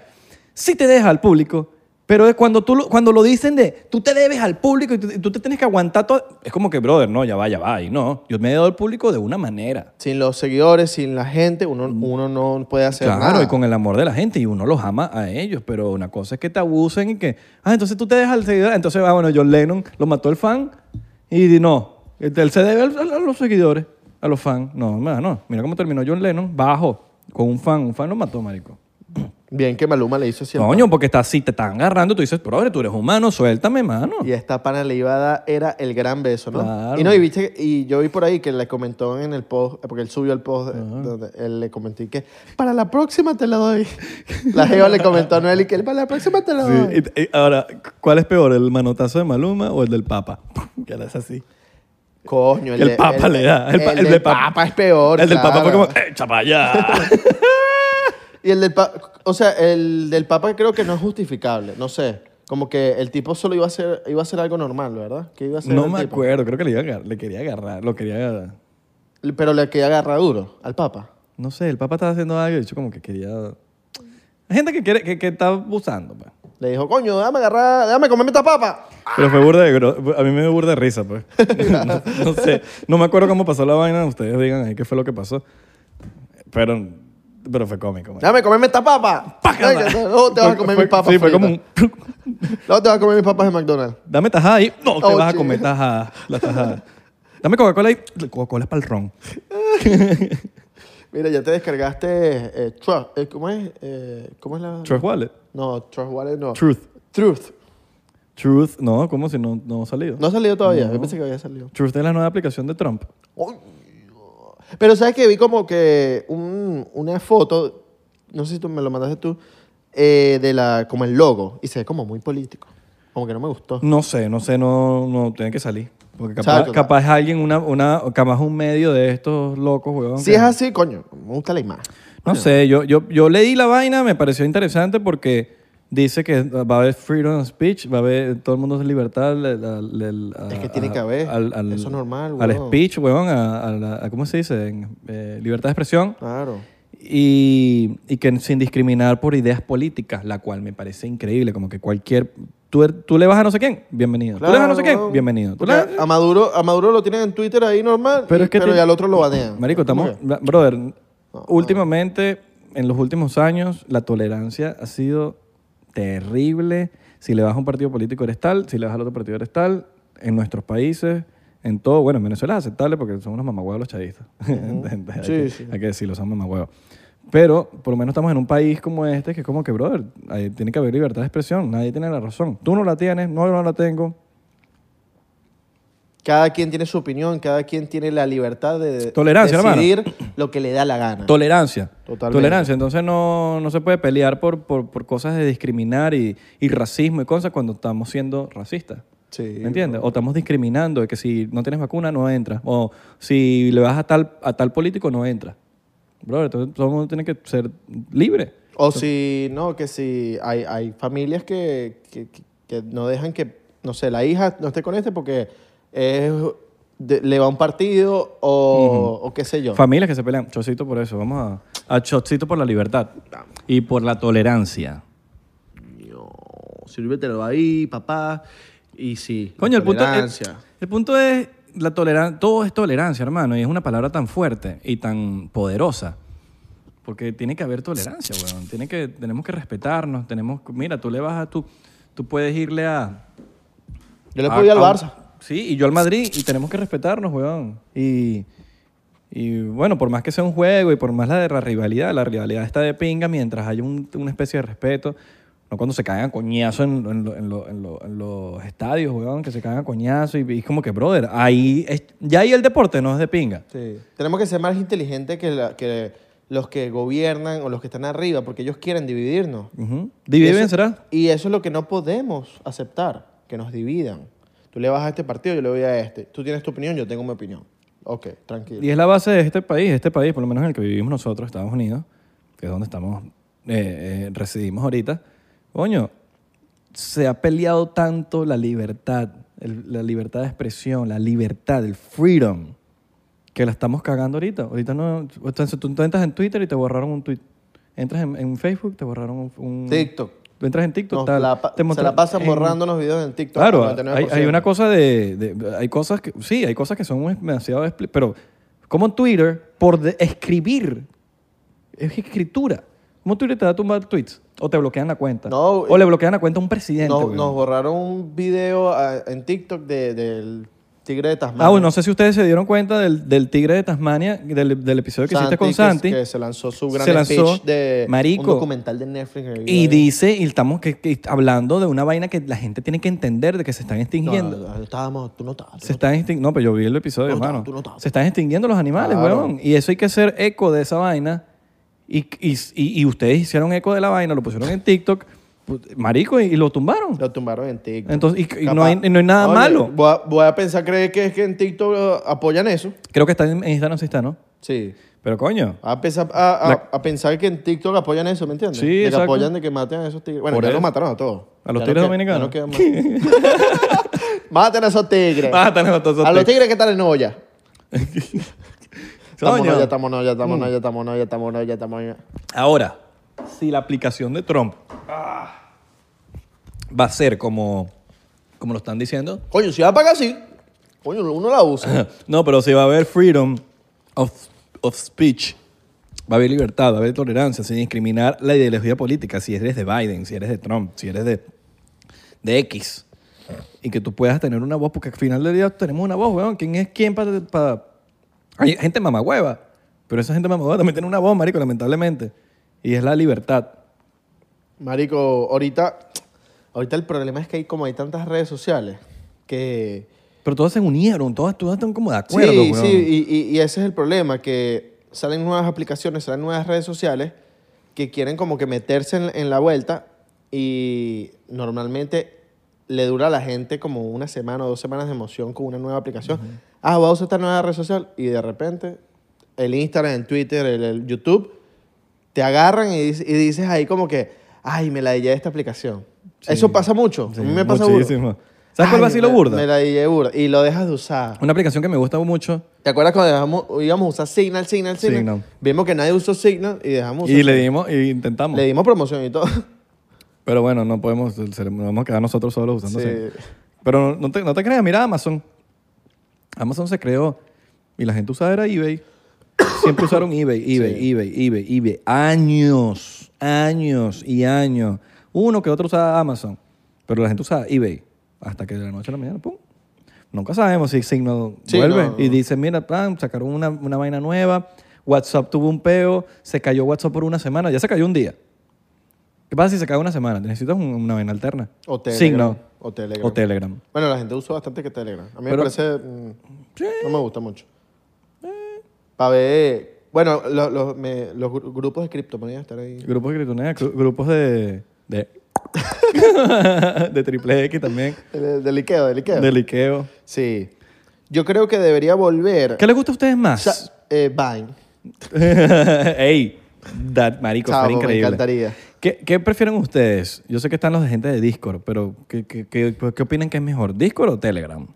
sí te dejas al público, pero es cuando, tú lo, cuando lo dicen de, tú te debes al público y tú, y tú te tienes que aguantar todo... Es como que, brother, no, ya va, ya va. Y no, yo me he dado al público de una manera.
Sin los seguidores, sin la gente, uno, uno no puede hacer
Mm. Claro,
nada.
y con el amor de la gente, y uno los ama a ellos, pero una cosa es que te abusen y que, ah, entonces tú te dejas al seguidor, entonces, ah, bueno, John Lennon lo mató el fan y di, no, este, él se debe al- a los seguidores, a los fans. No, no, no, mira cómo terminó John Lennon, bajo, con un fan, un fan lo mató, marico.
Bien que Maluma le hizo siempre.
Coño, porque está así, te están agarrando, tú dices, pero tú eres humano, suéltame, mano.
Y esta pana le iba a dar, era el gran beso, ¿no?
Claro.
Y no, y viste, y yo vi por ahí que le comentó en el post, eh, porque él subió el post, de- donde él le comenté que, para la próxima te la doy. La Jeva le comentó a Noel y que, para la próxima te la
Sí,
doy.
y- y ahora, ¿cuál es peor, el manotazo de Maluma o el del Papa? Que le hace así.
Coño,
el
de-
Papa le da. El,
El,
pa- el
del
del
papa. es peor.
El del Papa fue
claro.
como, ¡eh, chapalla!
Y el del Papa, o sea, el del Papa creo que no es justificable, no sé. Como que el tipo solo iba a hacer, iba a hacer algo normal, ¿verdad? Que iba a hacer
No
el
me
tipo.
acuerdo, creo que le, iba a agar- le quería agarrar, lo quería agarrar.
Pero le quería agarrar duro al Papa.
No sé, el papá estaba haciendo algo y dicho como que quería... Hay gente que quiere, que, que está abusando, pues.
Le dijo, coño, déjame agarrar, déjame comerme esta papa.
Pero fue burda de... gro- A mí me dio burda de risa, pues. no, no sé, no me acuerdo cómo pasó la vaina, ustedes digan ahí qué fue lo que pasó. Pero, pero fue cómico, man.
Déjame comerme esta papa. Venga, No te vas a comer
Fue-
mis papas.
Sí, fue como
fritas.
un...
No te vas a comer mis papas de McDonald's.
Dame tajada ahí. No, te
Oh,
vas a
shit.
comer tajada. La tajada. Dame Coca-Cola ahí. Coca-Cola es para el ron.
Mira, ya te descargaste eh, Trust. eh, ¿Cómo es? Eh, ¿Cómo es la...?
Truth Wallet.
No, Trust Wallet no.
Truth.
Truth.
Truth. No, ¿cómo si no, no ha salido?
No ha salido todavía. Yo pensé que había salido.
Truth es la nueva aplicación de Trump.
Uy. Pero sabes que vi como que un- una foto, no sé si tú me lo mandaste tú, eh, de la, como el logo. Y se ve como muy político. Como que no me gustó.
No sé, no sé, no, no tiene que salir. Porque capaz,
Exacto.
capaz alguien, una, una, capaz un medio de estos locos, weón.
Si es así, coño, me gusta la imagen.
No sé, yo, yo, yo leí la vaina, me pareció interesante porque dice que va a haber freedom of speech, va a haber todo el mundo es libertad. al- al- al- a-
Es que tiene
a-
que haber.
al- al-
Eso es normal,
Al
weón.
speech, weón, a, a la- a- ¿cómo se dice? En, eh, libertad de expresión.
Claro.
Y, y que sin discriminar por ideas políticas, la cual me parece increíble, como que cualquier... Tú, er, tú le vas a no sé quién, bienvenido. tú le vas a no sé quién,
weón.
bienvenido. Tú
Porque
le vas-
a Maduro, a Maduro lo tienen en Twitter ahí normal,
Pero
pero,
es que
pero
te-
y al otro lo banean.
Marico, estamos.
¿Cómo que?
la- Brother, últimamente, en los últimos años, la tolerancia ha sido terrible. Si le vas a un partido político eres tal, si le vas al otro partido eres tal, en nuestros países, en todo. Bueno, en Venezuela es aceptable porque son unos mamagüeos los chavistas. hay, que,
Sí, sí.
hay que decirlo, son mamagüeos. Pero por lo menos estamos en un país como este que es como que, brother, ahí tiene que haber libertad de expresión. Nadie tiene la razón. Tú no la tienes, no, yo no la tengo.
Cada quien tiene su opinión, cada quien tiene la libertad de
Tolerancia, hermano.
decidir lo que le da la gana.
Ah. Tolerancia.
Totalmente.
Tolerancia. Entonces no, no se puede pelear por, por, por cosas de discriminar y, y racismo y cosas cuando estamos siendo racistas.
Sí,
¿Me entiendes? O estamos discriminando de que si no tienes vacuna no entras. O si le vas a tal, a tal político no entras. Brother, entonces todo el mundo tiene que ser libre.
O si, no, que si hay, hay familias que, que- que- que no dejan que, no sé, la hija no esté con este porque es, de- le va a un partido o, o qué sé yo.
Familias que se pelean. Chocito por eso. Vamos a, a chocito por la libertad. Y por la tolerancia.
Sírvetelo ahí, papá. Y sí.
Coño, el punto, el,
tolerancia.
el punto es la tolerancia. Todo es tolerancia, hermano, y es una palabra tan fuerte y tan poderosa. Porque tiene que haber tolerancia, weón. Tiene que, tenemos que respetarnos. Tenemos, mira, tú le vas a tu, tú puedes irle a,
Yo le puedo ir al
Ah, ah,
Barça.
Sí, y yo al Madrid, y tenemos que respetarnos, weón. Y, y bueno, por más que sea un juego y por más la de la rivalidad, la rivalidad está de pinga mientras hay un- una especie de respeto. No cuando se cagan a coñazo en, lo- en lo- en lo- en lo- en los estadios, weón, que se cagan a coñazo. Y, y es como que, brother, ahí es- ya ahí el deporte no es de pinga.
Sí. Tenemos que ser más inteligentes que, la- que los que gobiernan o los que están arriba, porque ellos quieren dividirnos.
Ujú.
Y
Divide
eso-
bien, ¿será?
Y eso es lo que no podemos aceptar, que nos dividan. Tú le vas a este partido, yo le voy a este. Tú tienes tu opinión, yo tengo mi opinión. Ok, tranquilo.
Y es la base de este país, este país, por lo menos en el que vivimos nosotros, Estados Unidos, que es donde estamos, eh, eh, residimos ahorita. Coño, se ha peleado tanto la libertad, el- la libertad de expresión, la libertad, el freedom, que la estamos cagando ahorita. Ahorita no. Entonces, tú entras en Twitter y te borraron un tweet. Entras en, en Facebook, te borraron un. un-
TikTok.
Tú entras en TikTok,
Nos
tal.
la pa-
te
se
mostran-
la pasan
en-
borrándonos videos en TikTok.
Claro,
al 99%.
hay, hay una cosa de, de- Hay cosas que. Sí, hay cosas que son muy- demasiado. expli- Pero, como Twitter, por de- escribir. Es escritura. ¿Cómo Twitter te da tumbar tweets? O te bloquean la cuenta.
No,
o le bloquean la cuenta a un presidente.
Nos,
weón.
nos borraron un video ah, en TikTok de- del tigre de Tasmania.
ah, bueno, no sé si ustedes se dieron cuenta del, del tigre de Tasmania, del, del episodio que hiciste
Santi,
con
que-
Santi.
Que, se lanzó su gran
Se lanzó,
speech de un
marico.
documental de Netflix.
y dice, y estamos que- que hablando de una vaina que la gente tiene que entender, de que se están
No,
extinguiendo.
no, no, estábamos, tú no estabas. tú
Se
no
están extinguiendo. No, pero yo vi el episodio,
No, no,
hermano.
tú no estabas.
se están extinguiendo los animales,
Claro.
weón. Y eso hay que hacer eco de esa vaina. Y, y, y- y ustedes hicieron eco de la vaina, lo pusieron en TikTok, put- marico, y, y lo tumbaron.
Lo tumbaron en TikTok.
Entonces, y- y no
Capaz-
hay- y no hay nada malo.
Voy a, voy a pensar, creer que es que en TikTok eh, apoyan eso.
Creo que está en, en Instagram, sí está, ¿no?
Sí.
Pero coño.
A pensar, a, a-
La-
a pensar que en TikTok apoyan eso, ¿me entiendes?
Sí,
De que
exacto.
apoyan de que maten a esos tigres. Bueno,
Por
ya
eso.
los mataron a todos.
A los
Ya
tigres
no queda- ya no quedan
dominicanos.
más. maten a esos tigres.
Mátale a todos esos
a los
tigres.
tigres que están en olla. Estamos en
Coño.
olla, estamos en olla, estamos en
Mm.
olla, estamos en olla, estamos en olla, estamos en olla.
Ahora, si la aplicación de Trump
Ah.
va a ser como, como lo están diciendo,
Coño, si va para acá, sí. Coño, uno la usa.
No, pero si va a haber freedom of, of speech, va a haber libertad, va a haber tolerancia, sin discriminar la ideología política, si eres de Biden, si eres de Trump, si eres de, de X, y que tú puedas tener una voz, porque al final del día tenemos una voz, weón. ¿Quién es quién para...? Hay gente mamagüeva, pero esa gente mamagüeva también tiene una voz, marico, lamentablemente. Y es la libertad.
Marico, ahorita, ahorita el problema es que hay como hay tantas redes sociales que...
Pero todas se unieron, todas, todas están como de acuerdo,
sí,
weón.
sí, y, y- y ese es el problema, que salen nuevas aplicaciones, salen nuevas redes sociales que quieren como que meterse en, en la vuelta y normalmente le dura a la gente como una semana o dos semanas de emoción con una nueva aplicación. Ah, voy a usar esta nueva red social y de repente el Instagram, el Twitter, el, el YouTube te agarran y, dices- y dices ahí como que, ay, me la de esta aplicación.
Sí.
Eso pasa mucho. a mí
Sí,
me pasa
muchísimo.
burda.
¿Sabes cuál
Ay,
va a ser lo
me-
burda?
Me la dije burda. Y lo dejas de usar.
Una aplicación que me gusta mucho
¿Te acuerdas cuando dejamos, íbamos a usar Signal, Signal, Signal?
Signal.
Vimos que nadie usó Signal y dejamos
Y
usar-
le dimos, y intentamos.
le dimos promoción y todo.
Pero bueno, no podemos, se- nos vamos a quedar nosotros solos usando
Sí.
Signal. Pero no te, no te creas, mira Amazon. Amazon se creó y la gente usaba era eBay. Siempre usaron eBay, eBay,
Sí.
eBay, eBay, eBay. Años, años y años. Uno que otro usaba Amazon, pero la gente usaba eBay. Hasta que de la noche a la mañana, pum. Nunca sabemos si Signal
Sí,
vuelve
no,
y
no.
dice, mira, plan, sacaron una, una vaina nueva. WhatsApp tuvo un peo, se cayó WhatsApp por una semana, ya se cayó un día. ¿Qué pasa si se cae una semana? Necesitas un- una vaina alterna.
O Telegram.
Signal.
O Telegram.
O Telegram.
Bueno, la gente usó bastante que Telegram. A mí me
Pero-
parece... mm, No me gusta mucho.
Eh.
Para ver... Bueno, lo- lo- me- los gru- grupos de criptomonedas están ahí.
Grupos de criptomonedas, gru- grupos de. de. de triple X también.
Del, del Ikeo, del Ikeo.
Del Ikeo.
Sí. Yo creo que debería volver...
¿Qué les gusta a ustedes
Sa-
más?
eh, Vine.
¡Ey! That, marico,
Chavo,
fuera
me
increíble.
encantaría.
¿Qué, qué prefieren ustedes? Yo sé que están los de gente de Discord, pero ¿qué, qué, qué, pues, qué opinan que es mejor, Discord o Telegram?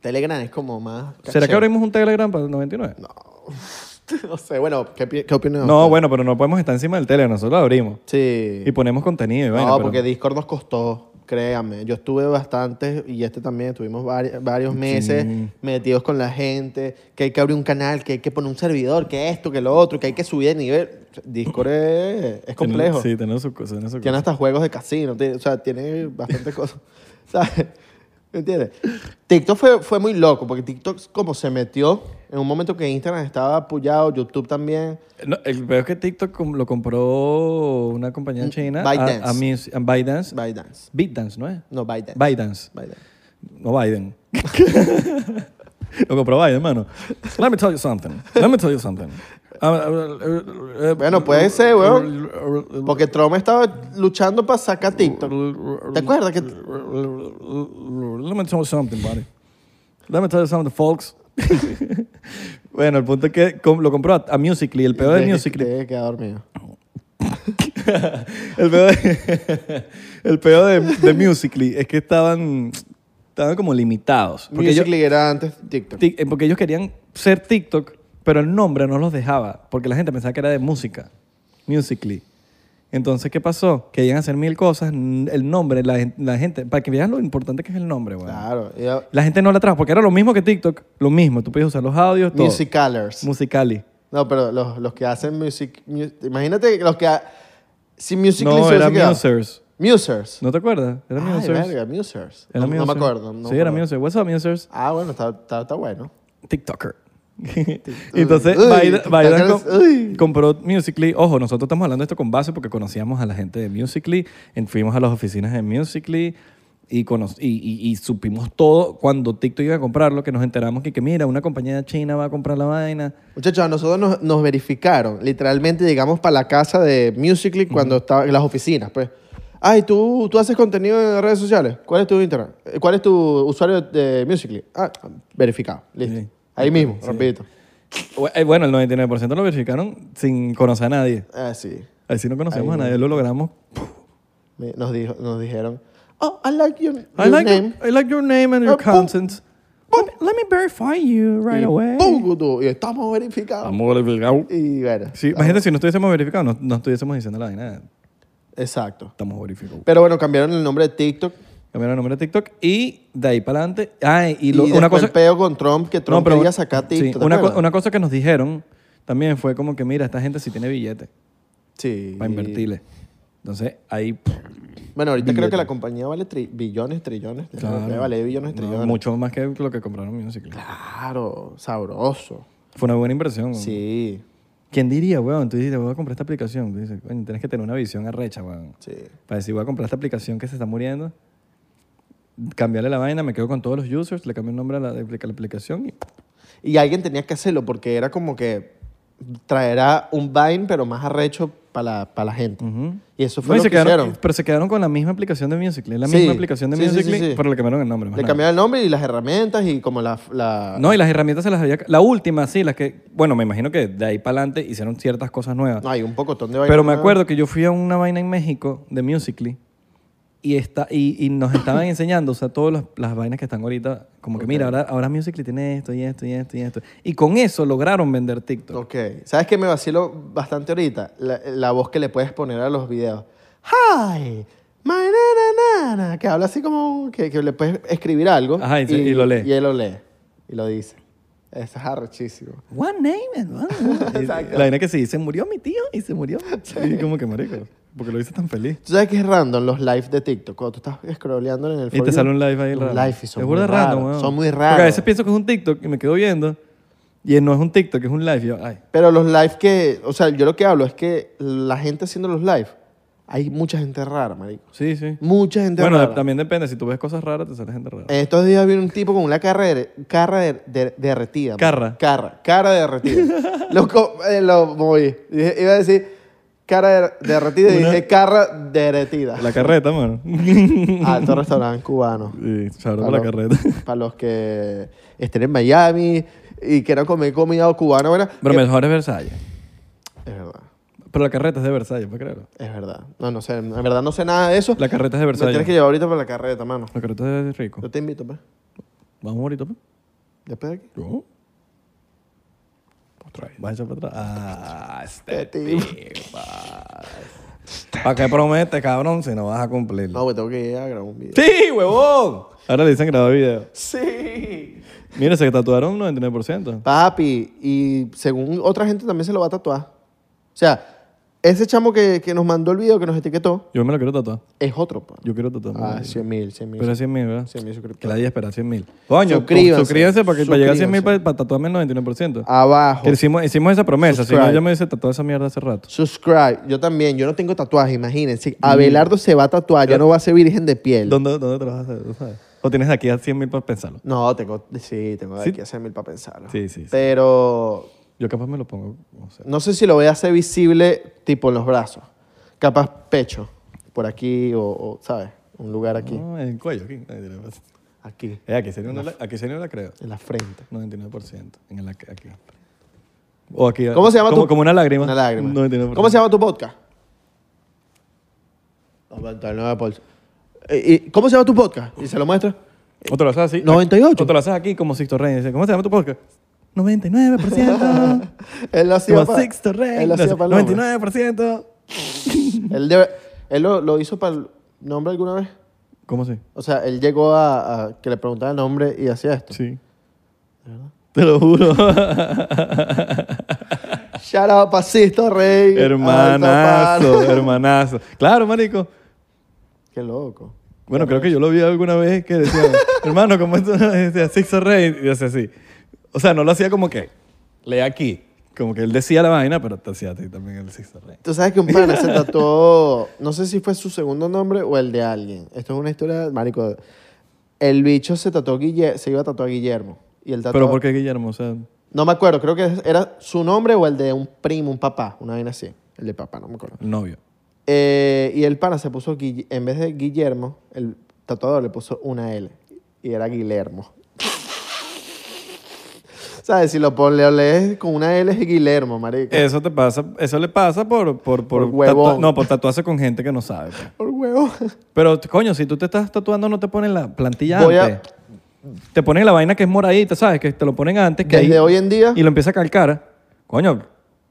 Telegram es como más...
¿Será
caché.
que abrimos un Telegram para el 99? No,
No sé, bueno, ¿qué, pi- qué opinas?
bueno, pero no podemos estar encima del Telegram, nosotros lo abrimos.
Sí.
Y ponemos contenido y vaina,
no,
pero-
porque Discord nos costó, créanme. Yo estuve bastantes, y este también, estuvimos vari- varios meses metidos con la gente, que hay que abrir un canal, que hay que poner un servidor, que esto, que lo otro, que hay que subir de nivel. Discord es, es complejo.
Tiene- sí, tiene su cosa, tiene su
Tiene
cosa.
hasta juegos de casino, tiene- o sea, tiene bastantes cosas. ¿Sabes? ¿Me entiendes? TikTok fue, fue muy loco, porque TikTok como se metió en un momento que Instagram estaba apoyado, YouTube también.
No, el peor es que TikTok com- lo compró una compañía china. Ah,
ByteDance.
A, a mis- a ByteDance.
ByteDance.
ByteDance, ¿no es?
No, ByteDance.
ByteDance.
ByteDance.
No Biden. lo compró Biden, mano. Let me tell you something. Let me tell you something.
Bueno, puede ser, weón. Porque Trump estaba luchando para sacar TikTok. ¿Te acuerdas que
Let me tell you something, buddy. Let me tell you something, folks. bueno, el punto es que com- lo compró a, a Musically. El peor de
Te-
Musically
te queda dormido.
El peor de, el peor de, de Musical.ly es que estaban, estaban como limitados. Porque, ellos-
Musical.ly era antes TikTok.
ti- eh, porque ellos querían ser TikTok, pero el nombre no los dejaba, porque la gente pensaba que era de música. Musical.ly. Entonces, ¿qué pasó? Querían hacer mil cosas. n- El nombre, la, gen- la gente... Para que veas lo importante que es el nombre, güey.
Claro. era
La gente no la trajo, porque era lo mismo que TikTok. Lo mismo. Tú podías usar los audios, todo.
Musicalers.
Musical.ly.
No, pero los, los que hacen music, mu- imagínate que los que ha- si Musical.ly
No,
se
era
hubiese quedado.
Musers.
Musers.
¿No te acuerdas? Era
Ay,
Musers.
verga, Musers.
Era
no, no
Musers.
me acuerdo. no
sí,
me
era
acuerdo.
Musers. What's up, Musers?
Ah, bueno, está, está, está bueno.
TikToker. Entonces,
Uy,
Biden,
TikTokers,
Biden com-
uy.
compró Musically. Ojo, nosotros estamos hablando de esto con base porque conocíamos a la gente de Musically, en- fuimos a las oficinas de Musically y, cono- y, y- y supimos todo cuando TikTok iba a comprarlo, que nos enteramos que, que mira, una compañía china va a comprar la vaina.
Muchachos, a nosotros nos, nos verificaron. Literalmente llegamos para la casa de Musical.ly cuando estaba en las oficinas, pues. Ay, ¿tú, tú haces contenido en redes sociales. ¿Cuál es tu internet? Eh, ¿Cuál es tu usuario de Musical.ly? Ah, verificado. Listo.
Sí.
Ahí mismo, rapidito.
Bu- eh, Bueno, el 99% lo verificaron sin conocer a nadie.
Ah, sí.
Así no conocemos
Ahí,
a nadie, lo logramos.
Me- Nos, dijo, nos dijeron, oh, I like your,
I
your
like,
name.
Your, I like your name and
Ah,
your
pum.
content. Let, me- let me verify you right
Y
away.
¡pum! Gudu, Y estamos verificados.
Vamos a verificar.
Y bueno.
Sí, imagínate si no estuviésemos verificados, no, no estuviésemos diciendo la vaina.
Exacto.
Estamos verificados.
Pero bueno, cambiaron el nombre de TikTok.
Cambiaron el nombre de TikTok y de ahí para adelante. Ah, y,
Y,
lo-
después
una cosa.
el peo con Trump, que Trump quería sacar
sí,
TikTok. ¿te
una, co-
acuerdas?
una cosa que nos dijeron también fue como que, mira, esta gente sí tiene billete
Sí.
para invertirle. Entonces, ahí. pff,
Bueno, ahorita creo
Billete.
que la compañía vale tri- billones, trillones. de-
claro.
debe valer billones,
No,
trillones.
mucho más que lo que compraron Musical.
Claro, sabroso.
Fue una buena inversión. weón.
Sí,
¿Quién diría, weón? Tú dices, voy a comprar esta aplicación. Tú dices, coño, tienes que tener una visión arrecha, weón.
sí.
Para decir, voy a comprar esta aplicación que se está muriendo, cambiarle la vaina, me quedo con todos los users, le cambio el nombre a la, a la aplicación y
Y alguien tenía que hacerlo porque era como que traerá un Vine, pero más arrecho para la, pa' la gente. Y eso fue
No, y
lo
se
que
quedaron-
hicieron.
Pero se quedaron con la misma aplicación de Musical.ly. Es la
Sí.
misma aplicación de
Sí, sí,
Musical.ly,
sí, sí.
pero le cambiaron el nombre. más
Le
nada.
cambiaron el nombre y las herramientas y como la... la-
No, y las herramientas se las había... La última, sí, las que... Bueno, me imagino que de ahí para adelante hicieron ciertas cosas nuevas.
No, hay un pocotón de vainas
pero me
nuevas.
acuerdo que yo fui a una vaina en México de Musical.ly y, está, y, y nos estaban enseñando, o sea, todas las, las vainas que están ahorita, como que mira, ahora, ahora Musical.ly tiene esto y esto y esto y esto. Y con eso lograron vender TikTok.
Ok. ¿Sabes qué me vacilo bastante ahorita? La, la voz que le puedes poner a los videos. ¡Hi! My na, na, na, na. Que habla así como que, que le puedes escribir algo.
Ajá, y se- y lo lee.
Y él lo lee. Y lo dice. Eso es arrechísimo.
One name and one name. Y- La vaina que se dice, murió mi tío y se murió. Y como que marico, porque lo hice tan feliz.
¿Tú sabes que es random los live de TikTok? Cuando tú estás scrolleando en el
Y
for
te
you,
sale un live ahí raro.
Un live y son
es
muy
burda
raros.
random, weón.
Son muy
Porque a
raros.
veces pienso que es un TikTok y me quedo viendo y no es un TikTok, es un live. Y yo, ay,
Pero los live que... O sea, yo lo que hablo es que la gente haciendo los live, hay mucha gente rara, marico.
sí, sí.
Mucha gente
Bueno,
rara.
también depende. Si tú ves cosas raras, te sale gente rara.
En estos días vi un tipo con una carra, de- carra de- de- derretida. man.
Carra.
Carra, cara derretida. lo, co- eh, lo moví. Dije- iba a decir cara der- derretida y
Una-
dije carra derretida.
La carreta, mano.
Alto restaurante cubano.
sí,
Para
claro, la
los-
carreta.
Para los que estén en Miami y quieran comer comida cubana, bueno,
Pero
que-
mejor es Versalles.
Es verdad,
Pero la carreta es de Versalles, pues créelo.
es verdad. No, no sé, en verdad no sé nada de eso.
La carreta es de
Me tienes que
Versalles.
llevar ahorita para la carreta, mano.
La carreta es de rico.
Yo te invito, pues.
Vamos ahorita, pues.
Después de aquí.
Yo. Otra vez. Vaya para atrás. Ah, este
Este tipo.
tipo. ¿Para qué promete, cabrón, si no vas a cumplir?
No, pues tengo que ir a grabar un video.
¡Sí, huevón! Ahora le dicen grabar video.
Sí.
Mira, se tatuaron un 99%.
Papi, y según otra gente también se lo va a tatuar. O sea, Ese chamo que, que nos mandó el video, que nos etiquetó,
Yo me lo quiero tatuar.
es otro, pana.
Yo quiero tatuarme.
Ah, 100 mil, 100 mil.
Pero 100 mil, ¿verdad?
100 mil suscriptores.
Que la haya esperar 100 mil. Coño,
Suscríbanse.
suscríbanse, suscríbanse para, que, para llegar a 100 mil pues,
Suscríbanse.
para, tatuarme el 99%.
Abajo.
Que hicimos, hicimos esa promesa, si no
Subscribe.
yo me hice tatuar esa mierda hace rato.
Subscribe. Yo también. Yo no tengo tatuaje, imagínense. Abelardo se va a tatuar. Ya no va a ser virgen de piel.
¿Dónde, dónde te lo vas a hacer? ¿Tú sabes? ¿O tienes aquí a 100 mil para pensarlo?
No, tengo... Sí, tengo de
¿Sí?
aquí a 100 mil para pensarlo.
Sí, sí, sí.
Pero
Yo capaz me lo pongo, no sé.
no sé si lo voy a hacer visible tipo en los brazos. Capaz pecho. Por aquí o, o, ¿sabes? Un lugar aquí.
No, en el cuello, aquí. Ahí te lo vas.
Aquí.
Eh, aquí sería una, aquí sería una creo.
En la frente.
99%. En la, aquí. O aquí.
¿Cómo se llama
como,
tu-
Como una lágrima.
Una lágrima.
99%.
¿Cómo se llama tu podcast? 99%. ¿Y Eh, y cómo se llama tu podcast? Y se lo muestra.
O te lo haces así.
98.
O te lo haces aquí como Sixto Reyes. Dice, ¿Cómo se llama tu podcast? 99%.
Él lo hacía
como
pa-
Sixto Reyes.
Él lo
No sé,
hacía para el nombre.
99%.
Él, debe- él lo, lo hizo para el nombre alguna vez.
¿Cómo así?
O sea, él llegó a, a que le preguntara el nombre y hacía esto.
Sí. Te lo juro.
Shout out pa' Sisto Rey.
hermanazo,
Alto, pana.
hermanazo. Claro, marico.
Qué loco.
Bueno, creo que yo lo vi alguna vez que decía, hermano, ¿cómo esto decía Sixto Rey? Y decía así. O sea, no lo hacía como que, lee aquí. Como que él decía la vaina, pero te hacía a ti también el Sixto Rey.
Tú sabes que un pana se tatuó, no sé si fue su segundo nombre o el de alguien. Esto es una historia, marico. El bicho se tatuó Guille- se iba a tatuar Guillermo. Y el tatuó,
Pero ¿por qué Guillermo? O sea,
No me acuerdo, creo que era su nombre o el de un primo, un papá, una vaina así. El de papá, no me acuerdo.
el novio.
Eh, y el pana se puso, Guille- en vez de Guillermo, el tatuador le puso una L. Y era Guillermo. ¿Sabes? Si lo, pon- lo lees con una L es Guillermo, marico.
Eso te pasa, eso le pasa por... Por,
Por huevón.
tatua- No, por tatuarse con gente que no sabe. pues.
Por huevo.
Pero, coño, si tú te estás tatuando no te ponen la plantilla
Voy a-
antes. Te ponen la vaina que es moradita, ¿sabes? Que te lo ponen antes. Que
Desde
ahí-
hoy en día...
Y lo empieza a calcar. Coño,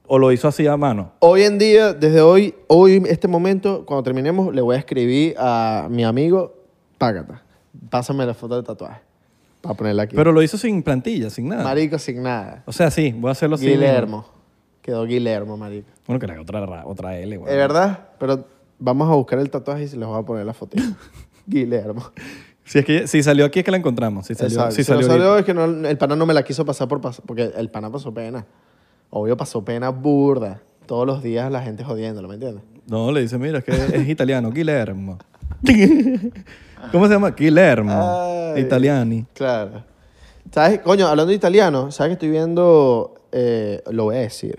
o lo hizo así a mano.
Hoy en día, desde hoy, hoy, este momento, cuando terminemos, le voy a escribir a mi amigo, págata. Pásame la foto del tatuaje. Para ponerla aquí.
Pero lo hizo sin plantilla, sin nada.
marico, sin nada.
O sea, sí, voy a hacerlo así.
Guillermo. Quedó Guillermo, marico.
Bueno, que le haga otra, ra- otra L, güey.
Es verdad, pero vamos a buscar el tatuaje y se les voy a poner la foto. Guillermo.
Si, es que, si salió aquí es que la encontramos. Si salió,
Exacto.
si
Si no
salió,
salió
ahorita.
es que no- el pana no me la quiso pasar por pas- porque el pana pasó pena. Obvio pasó pena burda. Todos los días la gente jodiéndolo, ¿me entiendes?
No, le dice, mira, es que es italiano. Guillermo. ¿Cómo se llama? Guillermo.
Ay.
Italiani.
Claro. ¿Sabes? Coño, hablando de italiano, ¿sabes que estoy viendo? eh, lo voy a decir.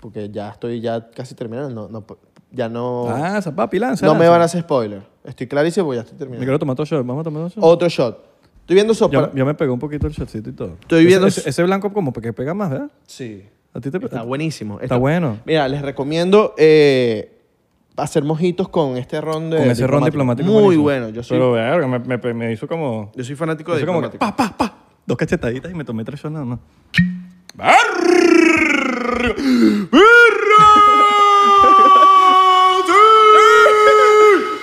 Porque ya estoy ya casi terminando. No, no, ya no.
Ah, esa papi, lanza.
Oh. no me
lanza.
van a hacer spoiler. Estoy clarísimo porque ya estoy
Me
terminando.
quiero tomar otro shot. Vamos a tomar otro shot.
Otro shot. Estoy viendo sopa.
Ya, ya me pegó un poquito el shotcito y todo.
Estoy
Ese-
viendo-
Ese, ese blanco como que pega más, ¿verdad?
Sí.
A ti te
Está buenísimo.
Está bueno.
Mira, les recomiendo eh, hacer mojitos con este ron de.
Con ese ron diplomático.
Muy
buenísimo.
bueno. Yo soy,
Pero verga, me, me, me hizo como.
yo soy fanático
me
de
hizo como que.
diplomático.
Pa, pa, pa. Dos cachetaditas y me tomé tres shots nada más.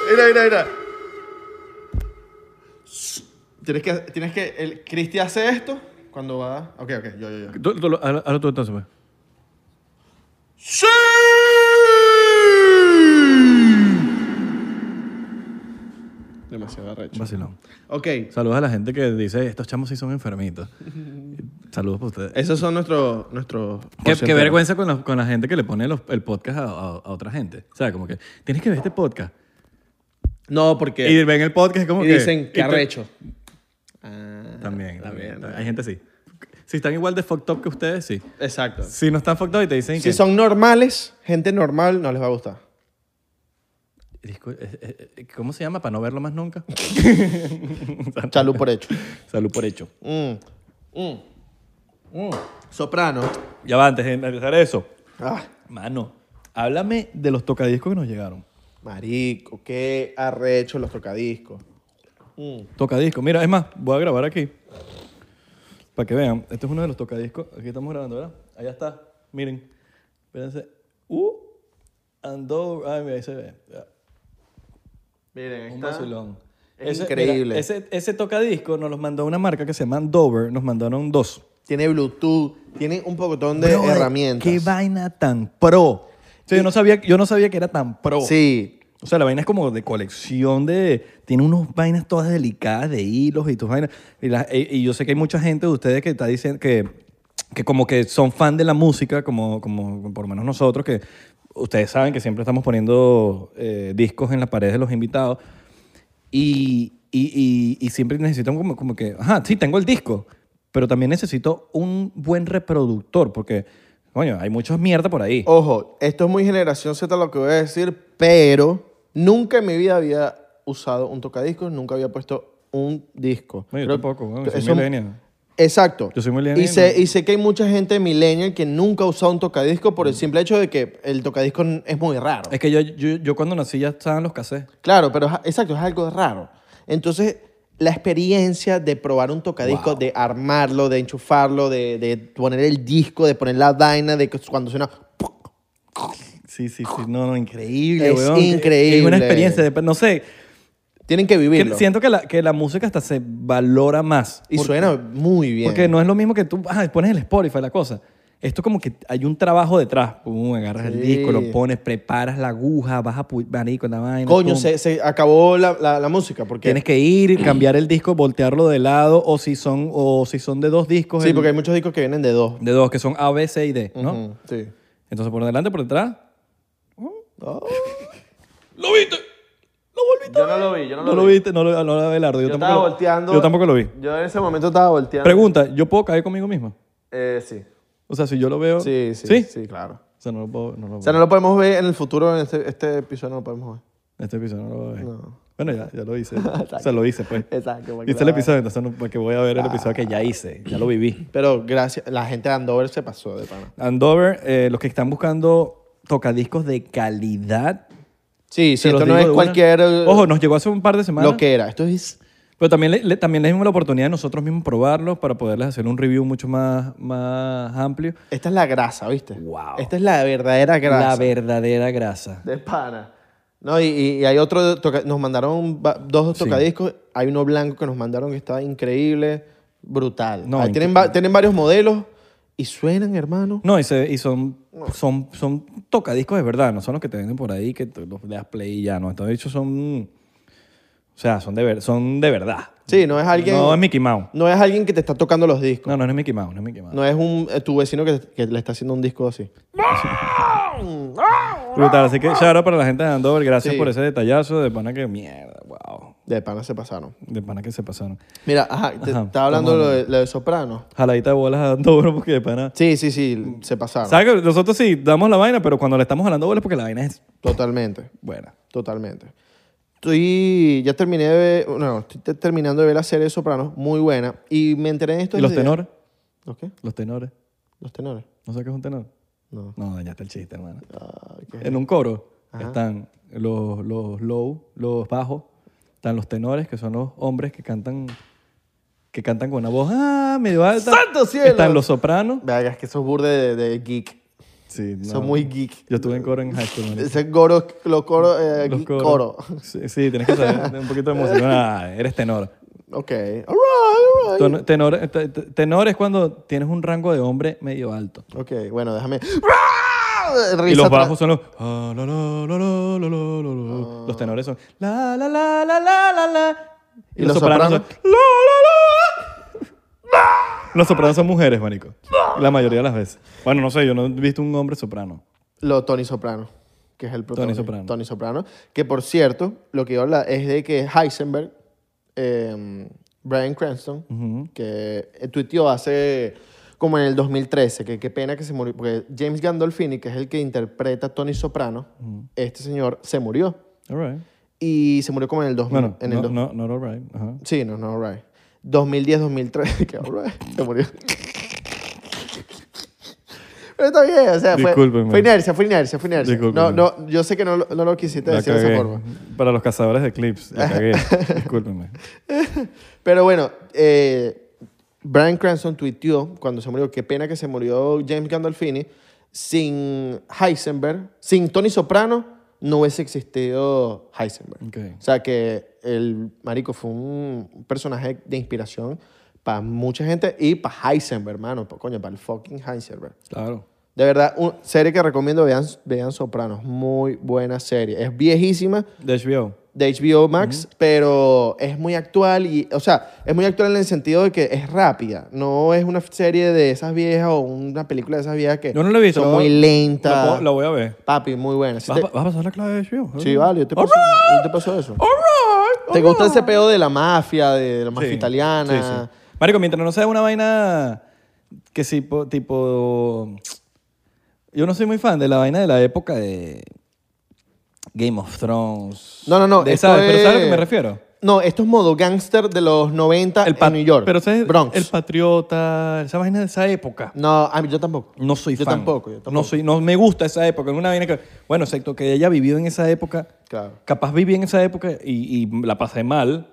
Mira, mira, mira. Tienes que. Tienes que el, Cristi hace esto cuando va. Ok, ok, yo, yo, yo.
Tú- tú lo- Hazlo hazlo tú entonces, pues.
¡Sí! Demasiado arrecho.
Vacilón.
Ok,
Saludos a la gente que dice, estos chamos sí son enfermitos. Saludos para ustedes.
esos son nuestros. nuestros
Qué, qué
porcenteros.
vergüenza con, los- con la gente que le pone los- el podcast a, a- a otra gente. O sea, como que, tienes que ver este podcast.
No, porque.
Y ven el podcast como
y
que...
dicen
y
que
te-
arrecho. Ah,
También, también.
también.
Hay gente así. Si están igual de fucked up que ustedes, sí.
Exacto.
Si no están fucked up y te dicen que...
Si son normales, gente normal no les va a gustar.
Discul- eh, eh, eh, ¿Cómo se llama? Para no verlo más nunca.
Salud por hecho.
Salud por hecho.
Mm, mm, mm. Soprano.
Ya va, antes de empezar eso.
Ah,
Mano, háblame de los tocadiscos que nos llegaron.
marico, qué arrecho los tocadiscos. Mm.
Tocadiscos. Mira, es más, voy a grabar aquí. Para que vean. Este es uno de los tocadiscos. Aquí estamos grabando, ¿verdad? Allá está. Miren. Espérense. Uh. And though- Ay, mira, ahí se ve. Ya.
Miren, ahí
Un
está.
vacilón.
Es
Ese-
increíble.
mira, ese, ese tocadisco nos los mandó una marca que se llama Dover. Nos mandaron dos.
Tiene Bluetooth, tiene un pocotón de
Brother,
herramientas.
Qué vaina tan pro. Sí, yo, no sabía, yo no sabía que era tan pro.
Sí,
O sea, la vaina es como de colección de... Tiene unas vainas todas delicadas de hilos y tus vainas. Y, la- y- y yo sé que hay mucha gente de ustedes que está diciendo que, que como que son fan de la música, como, como por lo menos nosotros, que ustedes saben que siempre estamos poniendo eh, discos en las paredes de los invitados. Y, y- y- y siempre necesitan como, como que, ajá, sí, tengo el disco, pero también necesito un buen reproductor porque, coño, hay muchas mierda por ahí.
Ojo, esto es muy generación Z lo que voy a decir, pero nunca en mi vida había usado un tocadiscos, nunca había puesto un disco.
No, yo
Creo-
tampoco, weón, soy
eso-
millennial.
Exacto.
Yo soy millennial
Y sé, y sé que hay mucha gente millennial que nunca ha usado un tocadisco por el simple hecho de que el tocadisco es muy raro.
Mm. Es que yo, yo, yo cuando nací ya estaban los cassettes.
Claro, pero es- exacto, es algo raro. Entonces, la experiencia de probar un tocadisco,
Wow.
de armarlo, de enchufarlo, de, de poner el disco, de poner la vaina, de que cuando suena...
Sí, sí, sí. No, no, increíble,
Es
weón. Que- que Es
increíble.
una experiencia. de- no sé.
Tienen que
que
vivirlo.
siento que la, que la música hasta se valora más.
Y
Porque-
suena muy bien.
Porque no es lo mismo que tú ah, pones el Spotify, la cosa. Esto como que hay un trabajo detrás. Pum, agarras el
Sí.
disco, lo pones, preparas la aguja, vas a pu- marico, la vaina.
Coño,
pum.
se, se acabó la, la- la música. Porque,
Tienes que ir, cambiar el disco, voltearlo de lado, o si son, o si son de dos discos.
sí,
el-
porque hay muchos discos que vienen de dos.
De dos, que son A, B, C y D, ¿no?
Ujú, Sí.
Entonces por delante, por detrás.
Yo no lo vi, yo
No, lo viste, no lo, no lo Abelardo. Yo, tampoco lo- Yo tampoco lo vi.
Yo en ese momento estaba volteando.
Pregunta, ¿yo puedo caer conmigo mismo?
Eh, sí.
O sea, si yo lo veo...
sí. Sí,
¿Sí?
sí, claro.
O sea, no lo puedo... No lo
O sea, no lo podemos ver en el futuro, en este, este episodio no lo podemos ver.
Este episodio no lo voy a ver.
No.
Bueno, ya, ya lo hice. o sea, lo hice, pues.
Exacto, porque
Hice el
lo- Ah.
episodio, entonces no, porque voy a ver el episodio que ya hice. Ya lo viví.
Pero gracias, la gente de Andover se pasó de pana.
Andover, eh, los que están buscando tocadiscos de calidad...
Sí, sí,
se los
esto no
digo
es
de una.
cualquier eh,
Ojo, nos llegó hace un par de semanas.
lo que era. Esto es
Pero también, le- le- también les dimos la oportunidad de nosotros mismos probarlos para poderles hacer un review mucho más, más amplio.
esta es la grasa, ¿viste?
Wow.
Esta es la verdadera grasa.
La verdadera grasa.
De pana. No, y, y- y hay otro, toca- nos mandaron va- dos
Sí.
tocadiscos, hay uno blanco que nos mandaron que está increíble, brutal.
No,
Ah,
incre-
tienen, va- tienen varios modelos y suenan, hermano.
No, y, se- y son, son, son tocadiscos de verdad, no son los que te venden por ahí, que tú los le das play y ya, no. Estos dicho son. O sea, son de, ver, son de verdad.
Sí, no es alguien...
No es Mickey Mouse.
no es alguien que te está tocando los discos.
No, no es Mickey Mouse, no es Mickey Mouse.
No es un, eh, tu vecino que, que le está haciendo un disco así.
Brutal, así que shout out para la gente de Andover, gracias
Sí.
por ese detallazo de pana que mierda, wow.
De pana se pasaron.
De pana que se pasaron.
Mira, ajá, te
Ajá,
estaba hablando lo de, lo de Soprano.
Jaladita de bolas a Andover porque de pana.
Sí, sí, sí, se pasaron.
¿Sabes que nosotros sí damos la vaina, pero cuando le estamos jalando bolas porque la vaina es
Totalmente,
buena.
totalmente. Estoy, ya terminé de ver, no, estoy te- terminando de ver la serie de Sopranos, muy buena. Y me enteré en esto.
¿Y los tenores?
¿Los qué?
Los tenores.
¿Los tenores?
¿No sé qué es un tenor?
No.
No, dañaste el chiste, hermano.
Ah, ok.
En un coro están los, los low, los bajos, están los tenores, que son los hombres que cantan que cantan con una voz ah, medio alta.
¡Santo cielo!
Están los sopranos.
Verga, es que sos burde de, de geek.
Sí, no.
Son muy geek.
Yo estuve en coro en high school. marico.
Ese coro, los coros, eh,
Los
geek coro.
coros. Sí, sí, tienes que saber un poquito de música. Ah, eres tenor.
Ok, alright, alright.
Ton- Tenor, te- te- tenor es cuando tienes un rango de hombre medio alto.
Ok, bueno, déjame.
Y
Risa
los
atrás.
bajos son los. ah, la, la, la, la, la, la, la,
Oh.
la. Los tenores son. La, la, la, la, la, la, la.
¿Y los sopranos?
son, la, la, la. Los sopranos son mujeres, marico. La mayoría de las veces. Bueno, no sé, yo no he visto un hombre soprano.
Lo Tony Soprano, que es el protagonista.
Soprano.
Tony Soprano. Que por cierto, lo que yo habla es de que Heisenberg, eh, Brian Cranston, que eh, tuiteó hace como en el 2013, que qué pena que se murió, porque James Gandolfini, que es el que interpreta a Tony Soprano, este señor se murió.
All right.
Y se murió como en el 2000.
Bueno,
en
no,
el dos-
no, not all right. Ajá.
Sí, no, no, right. 2010-2003, que all right, se murió. Pero está bien, o sea, fue,
Discúlpeme.
fue inercia, fue inercia, fue inercia. No,
Discúlpeme.
no, yo sé que no, lo- no lo quisiste
La
decir de esa
cagué.
forma.
Para los cazadores de clips, la cagué. Discúlpenme.
Pero bueno, eh, Brian Cranston tuiteó cuando se murió, qué pena que se murió James Gandolfini, sin Heisenberg, sin Tony Soprano, no hubiese existido Heisenberg.
Ok.
O sea que el marico fue un personaje de inspiración para mucha gente y para Heisenberg, hermano, pa- coño, para el fucking Heisenberg.
Claro.
De verdad, un- serie que recomiendo, vean, vean Sopranos. Muy buena serie. Es viejísima
De HBO.
de HBO Max, pero es muy actual y, o sea, es muy actual en el sentido de que es rápida. No es una serie de esas viejas o una película de esas viejas que
Yo no lo he visto.
son muy
La
lenta.
puedo- La voy a ver.
Papi, muy buena. Si
¿Vas,
te-
a- vas a pasar la clave de HBO?
Sí, vale, yo te paso, yo te paso eso.
Alright,
¿Te gusta
alright.
ese pedo de la mafia, de la mafia
Sí,
italiana?
sí, sí. Marico, mientras no sea una vaina que sí, po- tipo... Yo no soy muy fan de la vaina de la época de Game of Thrones.
No, no, no.
De,
esto
¿sabes? Pero ¿sabes a lo
es-
que me refiero?
No, esto es modo gángster de los 90
pa-
en New York.
Pero ¿sabes?
Bronx.
El patriota, esa vaina de esa época.
No, a mí- yo tampoco.
No soy
Yo
fan.
tampoco, yo tampoco.
No, soy, no me gusta esa época. Es una vaina que... Bueno, excepto que haya vivido en esa época.
Claro.
Capaz viví en esa época y, y la pasé mal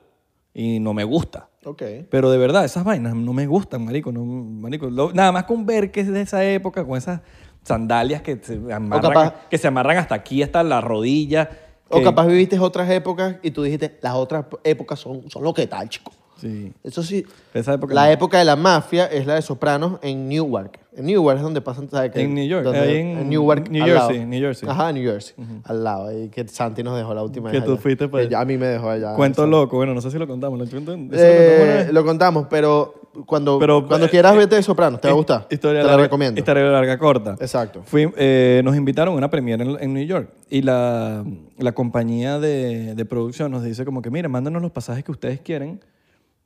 y no me gusta.
Ok.
Pero de verdad, esas vainas no me gustan, marico. No, marico Lo- nada más con ver que es de esa época, con esas sandalias que se amarran,
capaz-
que se amarran hasta aquí, hasta la rodilla.
O
que-
capaz viviste otras épocas y tú dijiste, las otras épocas son, son lo que tal, chico.
Sí.
Eso sí.
Esa época
la
no.
época de la mafia es la de Sopranos en Newark. En Newark es donde pasan, ¿sabes qué?
En New York,
Donde-
ahí en
Newark,
New
al lado.
Jersey, New Jersey.
Ajá, New Jersey. Al lado. ahí que Santi nos dejó la última
Que
vez.
tú
allá.
fuiste para
Que
allá.
ya A mí me dejó allá.
Cuento
Eso.
loco. Bueno, no sé si lo contamos. ¿Lo cuento? ¿Eso lo contamos una
Ah, Eh,
vez?
lo contamos, pero cuando,
Pero,
cuando
eh,
quieras vete de Sopranos, te va a
Hi-
gustar.
Historia
te la
larga-
recomiendo.
Historia larga corta.
Exacto.
Fui- eh, nos invitaron a una premiere en, en New York y la, la compañía de, de producción nos dice como que, mira, mándanos los pasajes que ustedes quieren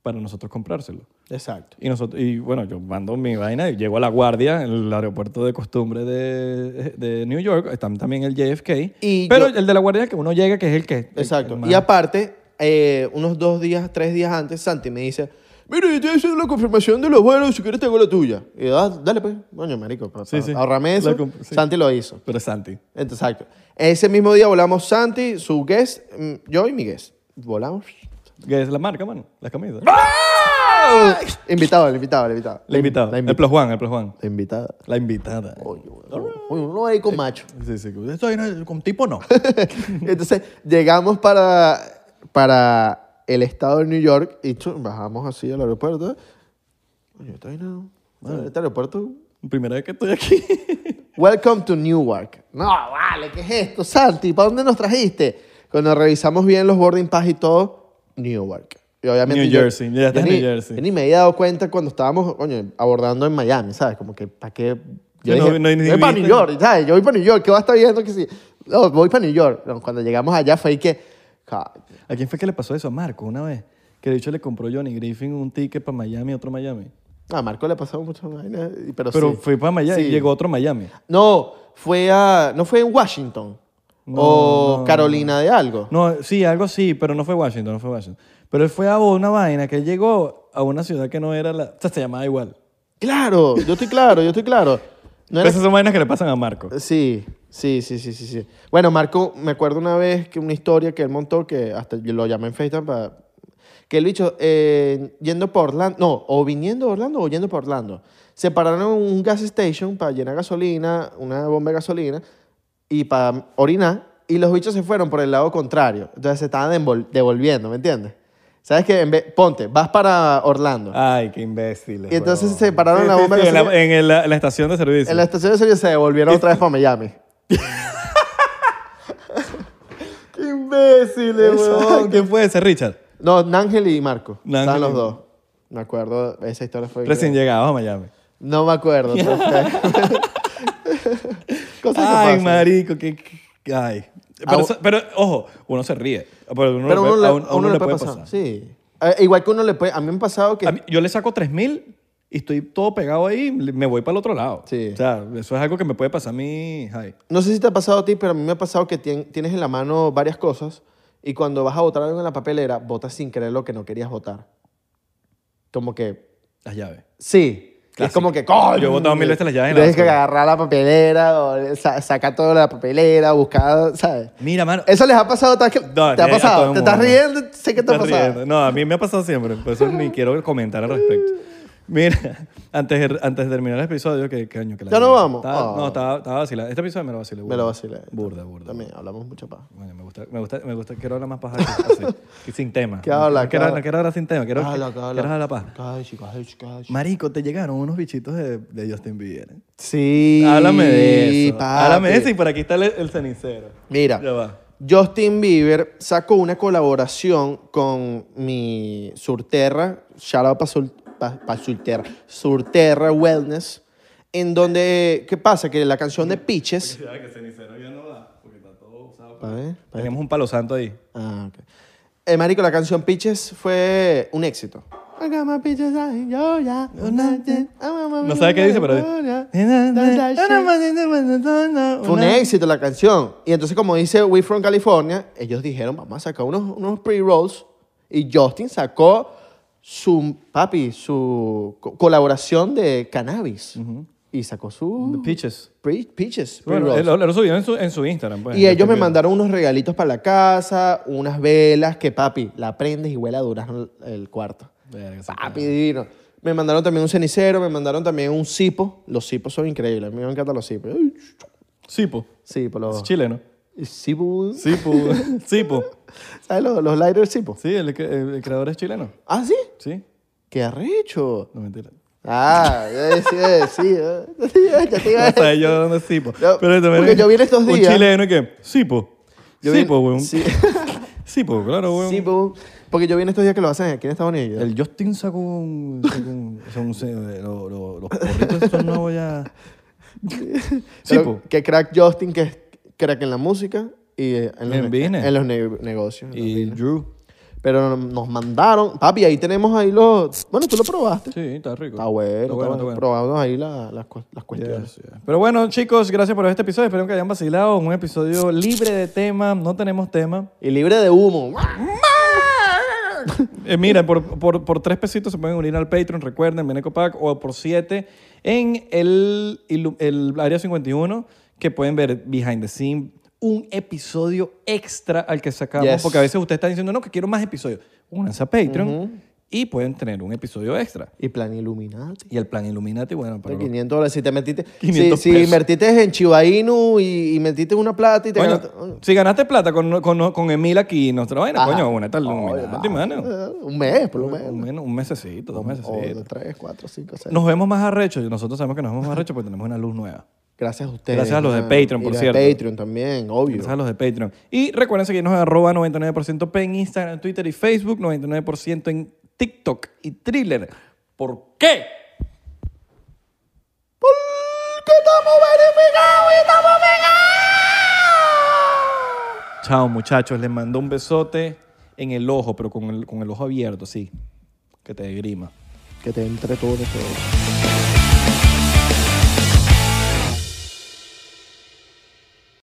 para nosotros comprárselos.
Exacto.
Y, nosotros, y bueno, yo mando mi vaina y llego a La Guardia, el aeropuerto de costumbre de, de New York. Están también el JFK.
Y
pero
yo-
el de La Guardia que uno llega, que es el que... el-
Exacto.
el más-
Y aparte, eh, unos dos días, tres días antes, Santi me dice, mira, yo te hice la confirmación de los vuelos, si quieres tengo la tuya. Y yo, "Ah, dale pues, coño, marico, pa-
Sí,
pa-
sí.
ahorrame eso.
La comp- sí.
Santi lo hizo.
Pero es Santi.
Entonces, Exacto. Ese mismo día volamos Santi, su guest, mm, yo y mi guest. Volamos.
Que es la marca, mano. Las camisas.
Invitado, el invitado, el invitado.
La invitada.
La,
el
invi-
plus Juan, el plus Juan.
la invitada.
La invitada.
Oye, uno ahí
Eh,
con macho.
Sí, sí. Estoy con tipo no.
Entonces, llegamos para, para el estado de New York y chu, bajamos así al aeropuerto. Coño, está ahí, no. Bueno, Este aeropuerto.
Primera vez que estoy aquí.
Welcome to Newark. No, vale, ¿qué es esto, Santi? ¿Para dónde nos trajiste? Cuando revisamos bien los boarding pass y todo, Newark. Y obviamente
New
yo-
Jersey, ya está
yo
en
ni-
New Jersey.
yo Ni me había dado cuenta cuando estábamos, coño, abordando en Miami, ¿sabes? Como que, ¿para qué? Yo
Sí, no-
dije,
no hay ni
voy para
vista.
New York, ¿sabes? Yo voy para New York, ¿qué va a estar viendo? Que sí? No, voy para New York. No, cuando llegamos allá fue ahí que, "Coño,
¿A quién fue que le pasó eso? A Marco, una vez. Que de hecho le compró Johnny Griffin un ticket para Miami, otro Miami.
A Marco le pasó mucho vaina, y- pero,
Pero
sí.
fue para Miami
Sí.
y llegó otro Miami.
No, fue a... No fue en Washington. o Carolina de algo.
No, sí, algo así, pero no fue Washington, no fue Washington. Pero él fue a una vaina que él llegó a una ciudad que no era la... O sea, se llamaba igual.
Claro, yo estoy claro, yo estoy claro. No era-
Esas son vainas que le pasan a Marco.
Sí, sí, sí, sí, sí, sí. Bueno, Marco, me acuerdo una vez que una historia que él montó que hasta yo lo llamé en FaceTime para... Que el bicho, eh, yendo por Orlando, no, o viniendo de Orlando o yendo por Orlando, se pararon en un gas station para llenar gasolina, una bomba de gasolina, y para orinar, y los bichos se fueron por el lado contrario. Entonces se estaban devol- devolviendo, ¿me entiendes? ¿Sabes qué? En vez- ponte, vas para Orlando.
Ay, qué imbéciles.
Y entonces
huevón.
se pararon
Sí,
la
sí,
bomba
sí,
que
en, la,
se-
en el- la- la estación de servicio.
En la estación de servicio se devolvieron otra vez para Miami.
¡Qué imbéciles,
Exacto.
huevón! ¿Quién fue ese, Richard?
No, Nángel y Marco.
Nángel
Estaban
y-
los dos. Me acuerdo, esa historia fue...
Recién llegados a Miami.
No me acuerdo. pero fue- Cosas que
Ay,
pasan.
marico, que, que- ay.
Ah,
Pero, eso- pero, ojo, uno se ríe. Pero uno,
Pero
le,
uno
puede-
le,
a un- a
uno le puede pasar. Sí. Eh, igual que uno le puede... A mí me ha pasado que...
A mí- yo le saco 3000 y estoy todo pegado ahí, le- me voy para el otro lado.
Sí.
O sea, eso es algo que me puede pasar a mí, ay.
No sé si te ha pasado a ti, pero a mí me ha pasado que tien- tienes en la mano varias cosas y cuando vas a botar algo en la papelera, botas sin querer lo que no querías botar. Como que...
las llaves.
Sí. Es
Clásico.
como que, coño.
Yo he botado mil veces las llaves en la
Tienes que
basura.
agarrar la papelera, o sa- sacar toda la papelera, buscar, ¿sabes?
Mira, mano.
Eso les ha pasado, ¿te, ha-
No,
Eh, te ha
a todo
pasado?
el
¿Te estás
mundo.
riendo? Sé que te ha
Estás
pasado.
riendo. No, a mí me ha pasado siempre, por eso ni quiero comentar al respecto. Mira, antes de, antes de terminar el episodio, que, que año que la
¿Ya nos
mierda.
vamos? Ah.
Estaba- No, estaba, estaba vacilando. Este episodio me lo vacilé. burda.
Me lo vacilé.
Burda, burda.
También hablamos mucha paja.
Coño, me gusta, me gusta, me gusta. Quiero hablar más paja que- así, que sin tema.
¿Qué habla?
No quiero,
¿Qué habla?
no quiero hablar sin tema. Quiero,
Habla,
quiero
habla.
hablar paja.
Ay, chico, ay, chico, ay, chico.
Marico, te llegaron unos bichitos de, de Justin Bieber. ¿eh?
Sí.
Háblame de eso.
papi.
Háblame de eso y por aquí está el, el cenicero.
Mira,
Ya va.
Justin Bieber sacó una colaboración con mi Surterra, shout out para Surterra, Surterra Wellness, en donde, ¿qué pasa? Que la canción de Pitches... A ver, a ver.
Tenemos un palo santo ahí.
Ah, ok. Eh, marico, la canción Pitches fue un éxito. I got my peaches out in Georgia.
No sabe qué dice, pero...
Fue un éxito la canción. Y entonces, como dice We From California, ellos dijeron, vamos a sacar unos, unos pre-rolls. Y Justin sacó su, papi, su co- colaboración de cannabis. Y sacó su...
Pitches.
pre- peaches,
Bueno,
pre-rolls.
él- él lo subieron en su, en su Instagram. pues,
Y ellos
Justin
me
Bieber.
mandaron unos regalitos para la casa, unas velas, que papi, la prendes y huele a durazno el cuarto.
Verga, sí,
Papi divino. Me mandaron también un cenicero, me mandaron también un cipo. Los cipos son increíbles, a mí me encantan los cipos. Ay,
Sipo.
Cipo,
Es
los...
chileno.
Cipo.
Sipo. Sipo.
¿Sabes los, los lighters cipo?
Sí, el, que- el- el creador es chileno.
¿Ah, sí?
Sí.
¡Qué arrecho!
No, mentira.
Ah, eh, sí, eh, sí. eh. Ya te iba a
No
decir.
sabía yo dónde es Sipo.
No,
Pero también
porque
es
yo vi en estos días-
Un chileno que... Sipo.
Yo vi-
Sipo, weón.
Sí.
Sipo, claro, weón.
Cipo. Porque yo vi en estos días que lo hacen aquí en Estados Unidos.
El Justin sacó un... Sacó un, o sea, un se- eh, lo- lo- los porritos estos nuevos ya... Sipo.
Pero Que crack Justin, que es crack en la música y eh, en los,
En
ne-
business.
en los ne- negocios. en los
Y
business.
Drew.
Pero nos mandaron, papi, ahí tenemos ahí los... Bueno, tú lo probaste.
Sí, está rico.
Está bueno, está bueno.
está bueno.
Probamos ahí la- las cu- las cuestiones.
Yes, yes. Pero bueno, chicos, gracias por este episodio. Espero que hayan vacilado. Un episodio libre de tema. No tenemos tema.
Y libre de humo.
Eh, mira, por, por, por tres pesitos se pueden unir al Patreon, recuerden, Beneco Pack, o por siete en el, ilu- el Área 51, que pueden ver behind the scene, un episodio extra al que sacamos,
Yes.
porque a veces ustedes están diciendo, no, que quiero más episodios. Únanse a Patreon y pueden tener un episodio extra.
Y plan Illuminati.
Y el plan Illuminati, bueno, para
De
los-
500 dólares. Si te metiste...
500
si, si
pesos.
invertiste en Chiba Inu y, y metiste una plata y te
Coño,
ganaste-
si ganaste plata con, con, con Emil aquí, nuestra vaina,
Ajá.
coño, una tal
Oye,
Illuminati,
va.
mano.
Eh, Un mes, por lo menos.
Un, men- un mesecito, dos
O
mesecitos.
tres, cuatro, cinco, seis.
Nos vemos más arrechos. Nosotros sabemos que nos vemos más arrechos porque tenemos una luz nueva.
Gracias a ustedes.
Gracias a los de
man.
Patreon,
Y
por
los
cierto.
De Patreon también, obvio.
Gracias a los de Patreon. Y recuerden seguirnos en arroba 99% P en Instagram, Twitter y Facebook, 99% en TikTok y Thriller. ¿Por qué? Chao, muchachos. Les mando un besote en el ojo, pero con el, con el ojo abierto, sí. Que te grima.
este Que te entre todo eso.